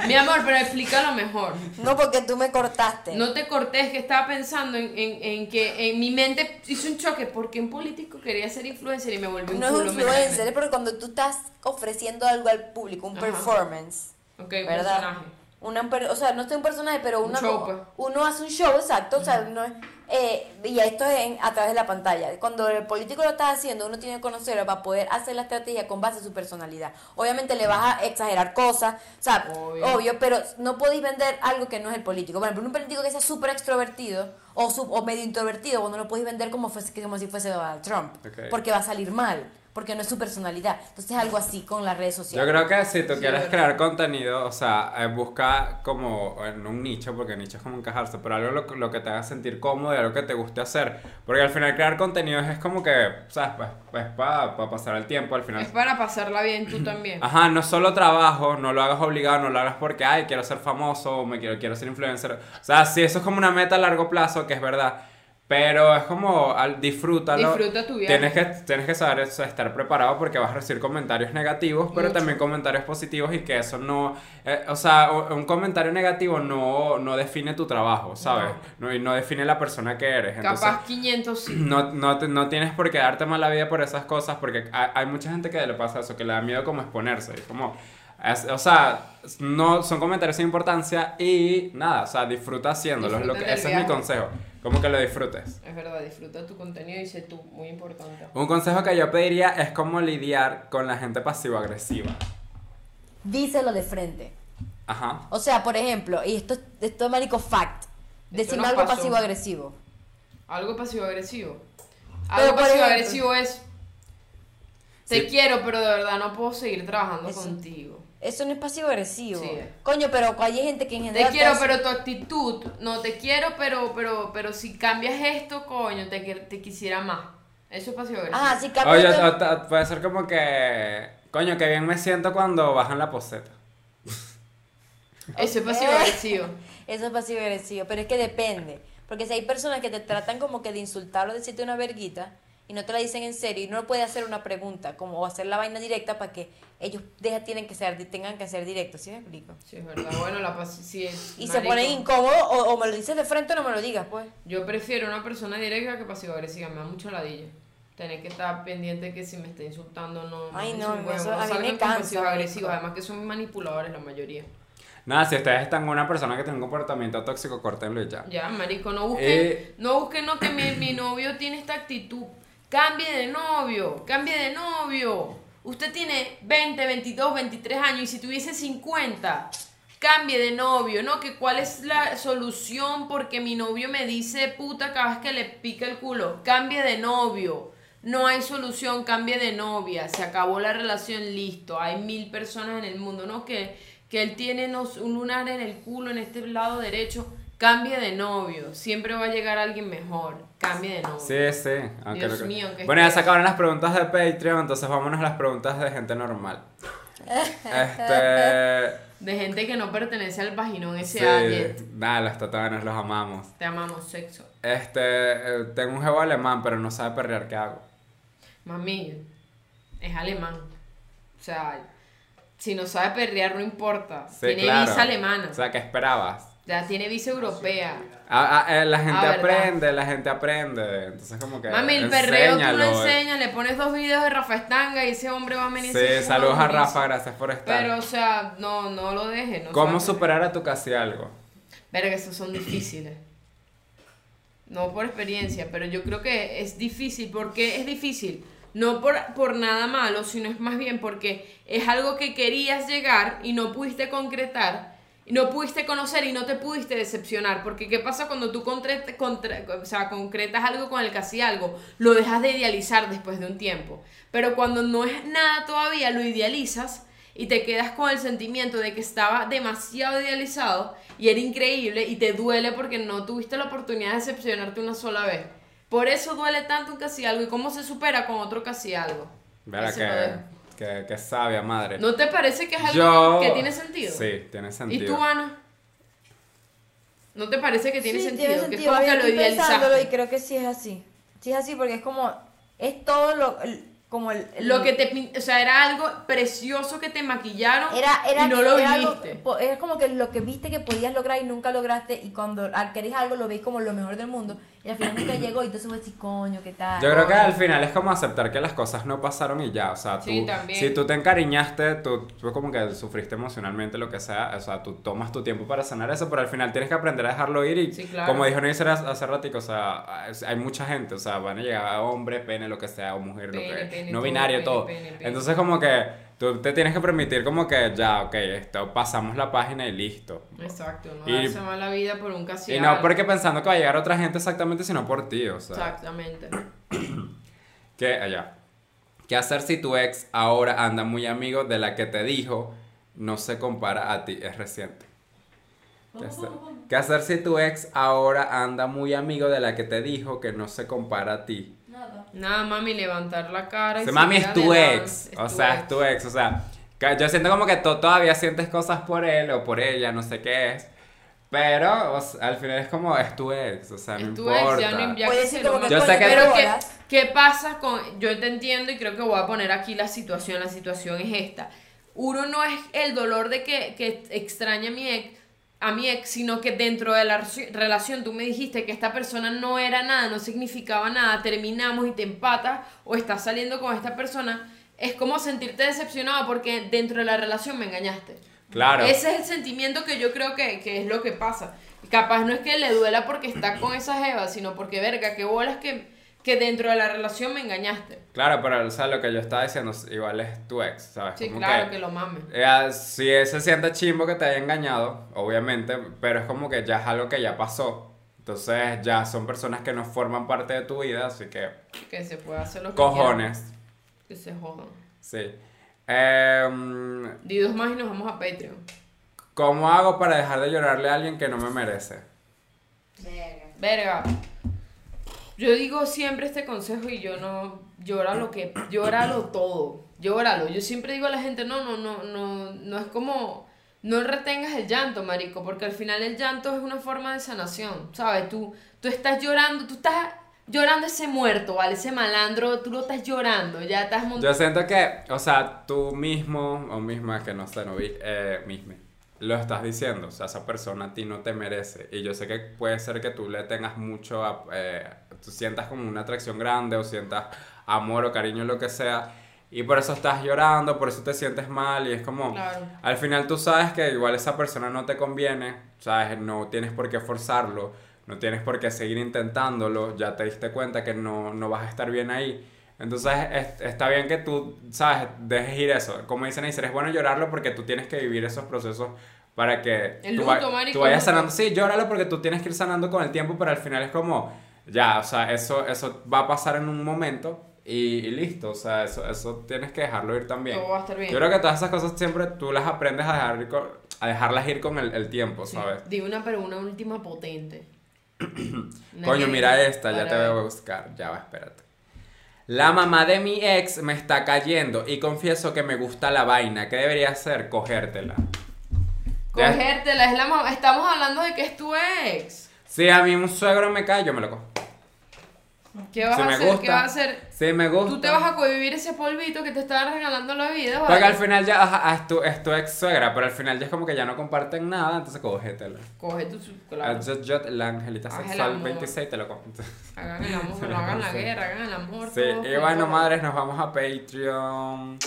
Mi amor, pero explícalo mejor. No, porque tú me cortaste. No te corté, es que estaba pensando en, en- en que en mi mente hizo un choque porque un político quería ser influencer y me volvió un No es culo. un me influencer, es porque cuando tú estás ofreciendo algo al público, un Ajá. performance, Ok, un ¿verdad? personaje. Una, per- o sea, no estoy un personaje, pero Un una, show, pues. uno hace un show, exacto. O sea, uno, eh, y esto es en- a través de la pantalla. Cuando el político lo está haciendo, uno tiene que conocerlo para poder hacer la estrategia con base a su personalidad. Obviamente le vas a exagerar cosas, o sea, Obvio. obvio, pero no podéis vender algo que no es el político. Por ejemplo, un político que sea súper extrovertido o, su- o medio introvertido, vos no lo podéis vender como, fuese, como si fuese Donald Trump, Ok. porque va a salir mal. porque no es su personalidad. Entonces algo así con las redes Yo sociales. creo que si tú quieres crear contenido, o sea, eh, busca como en un nicho, porque nicho es como encajarse, pero algo lo, lo que te haga sentir cómodo y algo que te guste hacer. Porque al final crear contenidos es como que, ¿sabes? Pues, para pasar el tiempo, al final. Es para pasarla bien tú también. Ajá, no solo trabajo, no lo hagas obligado, no lo hagas porque, ay, quiero ser famoso, o me quiero, quiero ser influencer. O sea, sí, eso es como una meta a largo plazo, que es verdad. Pero es como, al, disfrútalo. Disfruta tu viaje. Tienes que, tienes que saber eso, estar preparado porque vas a recibir comentarios negativos, pero Mucho. también comentarios positivos y que eso no... eh, o sea, u- un comentario negativo no, no define tu trabajo, ¿sabes? No. y no define la persona que eres. Entonces, Capaz 500 sí. no, no, te- no tienes por qué darte mala vida por esas cosas, porque hay, hay mucha gente que le pasa eso, que le da miedo como exponerse. y como, es- o sea, no, son comentarios sin importancia y nada, o sea, disfruta haciéndolos. Disfruta lo que- del ese es mi viaje. consejo, como que lo disfrutes. Es verdad, disfruta tu contenido y sé tú, muy importante. Un consejo que yo pediría es cómo lidiar con la gente pasivo-agresiva. Díselo de frente. Ajá. O sea, por ejemplo, y esto, esto es marico fact. Decirme nos algo pasó. pasivo agresivo. Algo pasivo-agresivo. Pero, Algo por pasivo-agresivo es. Te Sí. quiero, pero de verdad no puedo seguir trabajando Eso. contigo. Eso no es pasivo agresivo. Sí. Coño, pero hay gente que en Te general quiero, todo- pero tu actitud. No, te quiero, pero, pero, pero si cambias esto, coño, te, qui- te quisiera más. Eso es pasivo-agresivo. Ajá, sí, Oye, cambia. o- o- puede ser como que, coño, que bien me siento cuando bajan la poseta. Eso es pasivo-agresivo. Eso es pasivo agresivo, pero es que depende. Porque si hay personas que te tratan como que de insultar o decirte una verguita y no te la dicen en serio y no puede hacer una pregunta como o hacer la vaina directa para que ellos deja, tienen que ser, tengan que ser directos, ¿sí me explico? Sí, es verdad. Bueno, la pasivo. Sí, es, Y se marico. ponen incómodos o, o me lo dices de frente o no me lo digas, pues. Yo prefiero una persona directa que pasivo-agresiva. Me da mucho ladilla. Tener que estar pendiente que si me está insultando no. Ay, me no, dicen huevo. eso a mí me salgan con cansa, pasivo-agresivos. marico. Además que son manipuladores la mayoría. Nada, si ustedes están con una persona que tiene un comportamiento tóxico, córtenlo y ya. Ya, marico, no busquen, Eh. no busquen no que mi, mi novio tiene esta actitud. Cambie de novio, cambie de novio. Usted tiene 20, 22, 23 años y si tuviese 50, cambie de novio, ¿no? Que cuál es la solución porque mi novio me dice puta cada vez que le pica el culo. Cambie de novio. No hay solución, cambie de novia, se acabó la relación, listo. Hay mil personas en el mundo, ¿no? Que, que él tiene no sé, un lunar en el culo, en este lado derecho. Cambie de novio, siempre va a llegar alguien mejor. Cambie de novio. Sí, sí. aunque Dios lo que- mío, qué bueno, ya estrés. se acabaron las preguntas de Patreon, entonces vámonos a las preguntas de gente normal. Este. De gente que no pertenece al vaginón ese sí, alguien. nada, los tatanos los amamos. Te amamos, sexo. Este. eh, Tengo un jevo alemán, pero no sabe perrear, ¿qué hago? Mami, es alemán. O sea, si no sabe perrear, no importa. Sí, tiene claro. visa alemana. O sea, ¿qué esperabas? ya tiene visa europea. Ah, ah, eh, la gente Ah, ¿verdad? aprende, la gente aprende. Entonces, como que. Mami, el perreo tú lo enséñalo. eh. enseñas, le pones dos videos de Rafa Estanga y ese hombre va a venir. Sí, saludos a Rafa, gracias por estar. Pero, o sea, no, no lo dejes. No ¿Cómo se va a- superar a tu casi algo? Verga, esos son difíciles. No por experiencia, pero yo creo que es difícil. ¿Por qué es difícil? No por, por nada malo, sino es más bien porque es algo que querías llegar y no pudiste concretar, y no pudiste conocer y no te pudiste decepcionar. Porque ¿qué pasa cuando tú concre- contra- o sea, concretas algo con el casi algo? Lo dejas de idealizar después de un tiempo. Pero cuando no es nada todavía, lo idealizas y te quedas con el sentimiento de que estaba demasiado idealizado y era increíble y te duele porque no tuviste la oportunidad de decepcionarte una sola vez. Por eso duele tanto un casi algo y cómo se supera con otro casi algo. Verá Eso lo dejo. que, que, que sabia madre. ¿No te parece que es algo Yo- que tiene sentido? Sí, tiene ¿Y sentido. tú, Ana? ¿No te parece que tiene Sí, sentido? Tiene que es sentido. como Oye, que lo estoy pensándolo y idealizaste. creo que sí es así. Sí es así porque es como, es todo lo, el- como el, el- Lo que te, pin- o sea, era algo precioso que te maquillaron era, era, y no lo era algo- viviste. po- es como que lo que viste que podías lograr y nunca lograste y cuando ah, querés algo lo veis como lo mejor del mundo y al final nunca llegó y entonces vos decís, coño, ¿qué tal? Yo creo que al final es como aceptar que las cosas no pasaron y ya, o sea, tú, Sí, también. si tú te encariñaste, tú, tú como que sufriste emocionalmente, lo que sea, o sea, tú tomas tu tiempo para sanar eso, pero al final tienes que aprender a dejarlo ir y Sí, claro. como dijo Neisser hace, hace ratico, o sea, es- hay mucha gente, o sea, van a llegar hombres, pene, lo que sea, o mujer, lo Pene, que pene, no todo, binario, pene, todo. pene, pene. Entonces como que tú te tienes que permitir como que ya, ok, esto, pasamos la página y listo. Exacto, no Y- darse mala vida por un casi Y no algo. porque pensando que va a llegar otra gente exactamente, sino por ti, o sea. Exactamente. Que allá. ¿Qué hacer si tu ex ahora anda muy amigo de la que te dijo no se compara a ti? Es reciente. ¿Qué hacer, qué hacer si tu ex ahora anda muy amigo de la que te dijo que no se compara a ti? Nada. Nada, mami, levantar la cara. O y sea, mami, seguir es tu adelante. ex. Es O tu sea, ex. es tu ex. O sea, que yo siento como que tú todavía sientes cosas por él o por ella, no sé qué es. Pero o sea, al final es como, es tu ex. O sea, no Es tu importa. ex, ya no ya Puede que ser se lo como que metan. Yo sé que- Pero ¿qué, bolas. ¿qué pasa con...? Yo te entiendo y creo que voy a poner aquí la situación. La situación es esta. Uno no es el dolor de que, que extraña a mi ex, a mi ex, sino que dentro de la reci- relación tú me dijiste que esta persona no era nada, no significaba nada, terminamos y te empatas o estás saliendo con esta persona. Es como sentirte decepcionado porque dentro de la relación me engañaste. Claro. Ese es el sentimiento que yo creo que, que es lo que pasa. Capaz no es que le duela porque está con esa jeva, sino porque, verga, qué bolas que, que dentro de la relación me engañaste. Claro, pero o sea, lo que yo estaba diciendo, igual es tu ex, ¿sabes? Sí, Como claro, que, lo mames. Eh, si él se siente chimbo que te haya engañado, obviamente, pero es como que ya es algo que ya pasó. Entonces ya son personas que no forman parte de tu vida, así que Que se puede hacer lo que cojones. quiera, Que se jodan. Sí. Em, Di dos más y nos vamos a Patreon. ¿Cómo hago para dejar de llorarle a alguien que no me merece? Verga. Yo digo siempre este consejo y yo no. Llóralo que. Llóralo todo. Llóralo. Yo siempre digo a la gente, no, no, no, no, no es como. No retengas el llanto, marico, porque al final el llanto es una forma de sanación, ¿sabes? Tú, tú estás llorando, tú estás llorando ese muerto, ¿vale? Ese malandro, tú lo estás llorando, ya estás montando. Yo siento que, o sea, tú mismo o misma, que no sé, no vi, eh, misma, lo estás diciendo. O sea, esa persona a ti no te merece. Y yo sé que puede ser que tú le tengas mucho, a- eh, tú sientas como una atracción grande o sientas amor o cariño, lo que sea. Y por eso estás llorando, por eso te sientes mal y es como... Claro. Al final tú sabes que igual esa persona no te conviene, ¿sabes? No tienes por qué forzarlo, no tienes por qué seguir intentándolo, ya te diste cuenta que no, no vas a estar bien ahí. Entonces es- está bien que tú, ¿sabes? Dejes ir eso. Como dicen ahí, es bueno llorarlo porque tú tienes que vivir esos procesos para que El tú, luto, marico, tú el vayas luto. sanando. Sí, llóralo porque tú tienes que ir sanando con el tiempo, pero al final es como, ya, o sea, eso, eso va a pasar en un momento y, y listo, o sea, eso, eso tienes que dejarlo ir también. Todo va a estar bien. Yo creo que todas esas cosas siempre tú las aprendes a, dejar ir con- a dejarlas ir con el, el tiempo, Sí. ¿sabes? Di una, pero una última potente. Una Coño, que- mira esta, ya para te ver. voy a buscar, ya va, espérate. La mamá de mi ex me está cayendo y confieso que me gusta la vaina. ¿Qué debería hacer? Cogértela. Ya- Cogértela, es la mamá. Estamos hablando de que es tu ex. Si a mí un suegro me cae, yo me lo cojo. ¿Qué vas Si a me hacer? gusta. ¿Qué vas a hacer? Si me gusta. Tú te vas a cohibir ese polvito que te está regalando la vida, ¿vale? Porque al final ya ajá, es, tu, es tu ex suegra, pero al final ya es como que ya no comparten nada, entonces cogétela. Coge tu su- claro. Yo- yo- la angelita Haz el sexual amor. 26 te lo cojo. Hagan el amor, no hagan la Sí. guerra, hagan el amor. Sí, todo, y bueno, todo. madres, nos vamos a Patreon.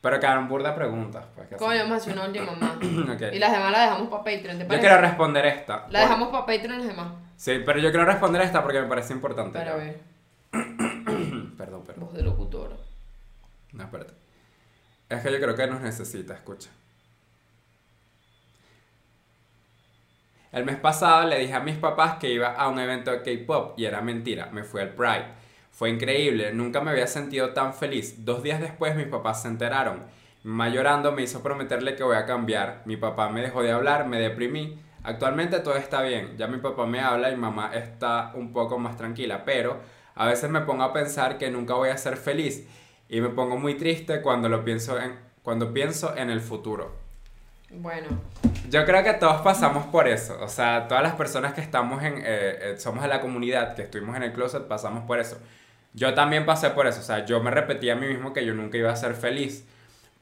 Pero quedaron burda preguntas. Pues, ¿qué Coño, hacemos? vamos a hacer una última más. Ok. Y las demás las dejamos para Patreon, ¿te Yo parece? quiero responder esta. La Por- dejamos para Patreon las demás. Sí, pero yo quiero responder esta porque me parece importante. Para ver, Perdón, perdón. voz de locutora. No, espérate. Es que yo creo que nos necesita, escucha. El mes pasado le dije a mis papás que iba a un evento de K-pop y era mentira, me fui al Pride. Fue increíble, nunca me había sentido tan feliz. Dos días después mis papás se enteraron. Mi mamá llorando me hizo prometerle que voy a cambiar. Mi papá me dejó de hablar, me deprimí. Actualmente todo está bien, ya mi papá me habla y mamá está un poco más tranquila, pero a veces me pongo a pensar que nunca voy a ser feliz y me pongo muy triste cuando lo pienso en, cuando pienso en el futuro. Bueno, Yo creo que todos pasamos por eso. O sea, todas las personas que estamos en. eh, eh, somos de la comunidad, que estuvimos en el closet, pasamos por eso. Yo también pasé por eso. O sea, yo me repetía a mí mismo que yo nunca iba a ser feliz.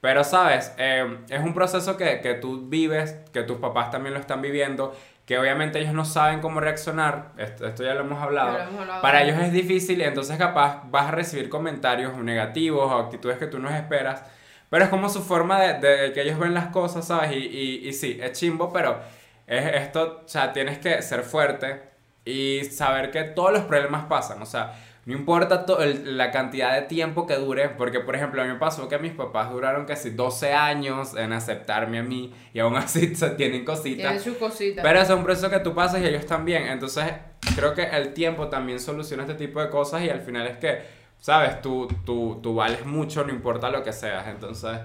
Pero, ¿sabes? Eh, es un proceso que, que tú vives, que tus papás también lo están viviendo, que obviamente ellos no saben cómo reaccionar. Esto, esto ya lo hemos hablado. Ya lo hemos hablado. Para ellos es difícil, entonces capaz vas a recibir comentarios negativos o actitudes que tú no esperas. Pero es como su forma de, de que ellos ven las cosas, ¿sabes? Y, y, y sí, es chimbo, pero es esto, o sea, tienes que ser fuerte y saber que todos los problemas pasan, o sea, no importa to- el- la cantidad de tiempo que dure, porque por ejemplo a mí me pasó que mis papás duraron casi 12 años en aceptarme a mí y aún así se tienen cositas. tiene sus cositas. Pero eso es un proceso que tú pasas y ellos también. Entonces, creo que el tiempo también soluciona este tipo de cosas y al final es que ¿sabes? Tú, tú, tú vales mucho, no importa lo que seas. Entonces,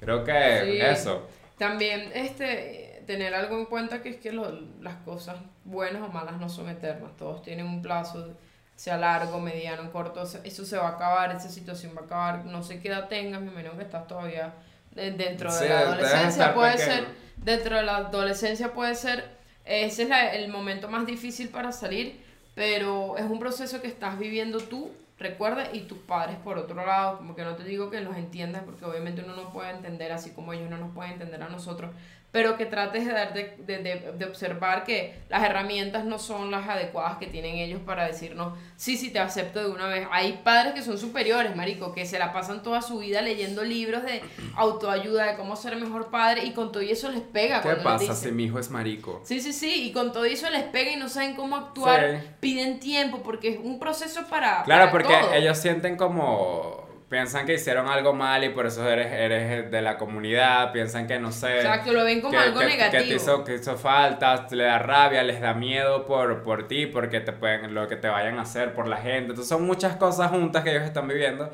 creo que Sí. eso. También este, tener algo en cuenta que es que lo- las cosas buenas o malas no son eternas, todos tienen un plazo, sea largo, mediano, corto, se- eso se va a acabar, esa situación va a acabar, no sé qué edad tengas, me imagino que estás todavía eh, dentro de Sí, la debes adolescencia, estar puede pequeño. ser, dentro de la adolescencia puede ser, ese es la- el momento más difícil para salir, pero es un proceso que estás viviendo tú, recuerda, y tus padres por otro lado, como que no te digo que los entiendas, porque obviamente uno no puede entender, así como ellos no nos pueden entender a nosotros, pero que trates de, dar de, de- de- de observar que las herramientas no son las adecuadas que tienen ellos para decirnos, sí, sí, te acepto de una vez. Hay padres que son superiores, marico, que se la pasan toda su vida leyendo libros de autoayuda, de cómo ser mejor padre, y con todo y eso les pega. ¿Qué cuando les pasa dicen. si mi hijo es marico? Sí, sí, sí, y con todo eso les pega y no saben cómo actuar, Sí. piden tiempo porque es un proceso para... Claro, para porque Ah, todo. ellos sienten como. Piensan que hicieron algo mal y por eso eres, eres de la comunidad, piensan que no sé. Exacto, lo ven como que- algo que- negativo. Que te hizo, que hizo falta, le da rabia, les da miedo por, por ti, porque te pueden, lo que te vayan a hacer por la gente. Entonces son muchas cosas juntas que ellos están viviendo.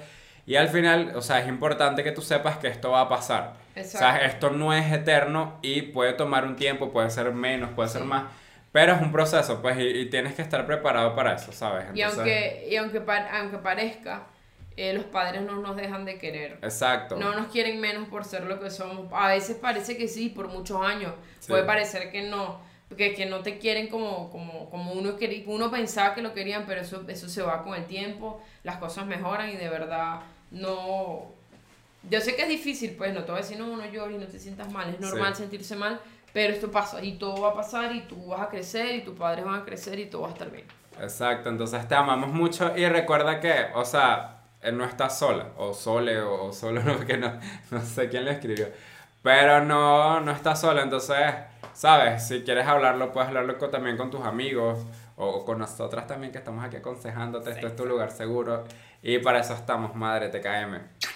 Y al final, o sea, es importante que tú sepas que esto va a pasar. Exacto. O sea, esto no es eterno y puede tomar un tiempo, puede ser menos, puede ser más. Pero es un proceso, pues, y, y tienes que estar preparado para eso, ¿sabes? Y Entonces- aunque, y aunque, pa- aunque parezca, eh, los padres no nos dejan de querer. Exacto. No nos quieren menos por ser lo que somos. A veces parece que sí, por muchos años. Sí. Puede parecer que no. Que, que no te quieren como, como, como uno, quería, uno pensaba que lo querían, pero eso, eso se va con el tiempo. Las cosas mejoran y de verdad no... Yo sé que es difícil, pues no te voy a decir, no, no llores, no te sientas mal, es normal Sí. sentirse mal, pero esto pasa y todo va a pasar y tú vas a crecer y tus padres van a crecer y todo va a estar bien. Exacto, entonces te amamos mucho y recuerda que, o sea, eh, no estás sola, o sole, o, o solo, no, que no, no sé quién lo escribió, pero no, no estás sola, entonces, sabes, si quieres hablarlo, puedes hablarlo con- también con tus amigos o, o con nosotras también que estamos aquí aconsejándote, esto es tu lugar seguro y para eso estamos, madre, te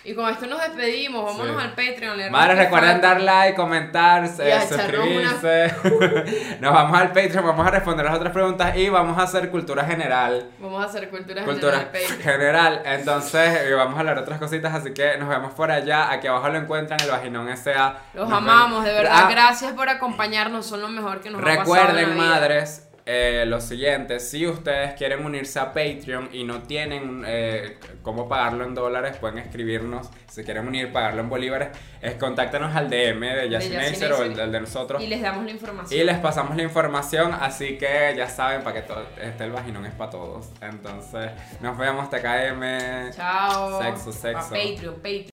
Y con esto nos despedimos, vámonos Sí. al Patreon. leer Madre, nuestros recuerden fans. dar like, comentar, eh, a echarnos suscribirse. Nos vamos al Patreon, vamos a responder las otras preguntas y vamos a hacer cultura general. Vamos a hacer cultura, Cultura general en Patreon. general. Entonces, eh, vamos a hablar otras cositas, así que nos vemos por allá. Aquí abajo lo encuentran, el vaginón S.A. Los Nos amamos, de vemos. verdad. Ah, Gracias por acompañarnos, son lo mejor que nos ha pasado. en la Recuerden, vida. madres, eh, lo siguiente: si ustedes quieren unirse a Patreon y no tienen eh, cómo pagarlo en dólares, pueden escribirnos. Si quieren unir, pagarlo en bolívares, es contáctanos al DM de Yasinacer o Yacineisser. el, el de nosotros. Y les damos la información. Y les pasamos la información, así que ya saben, para que todo este el vaginón es para todos. Entonces, nos vemos, TKM. Chao. Sexo, sexo. Pa' Patreon, Patreon.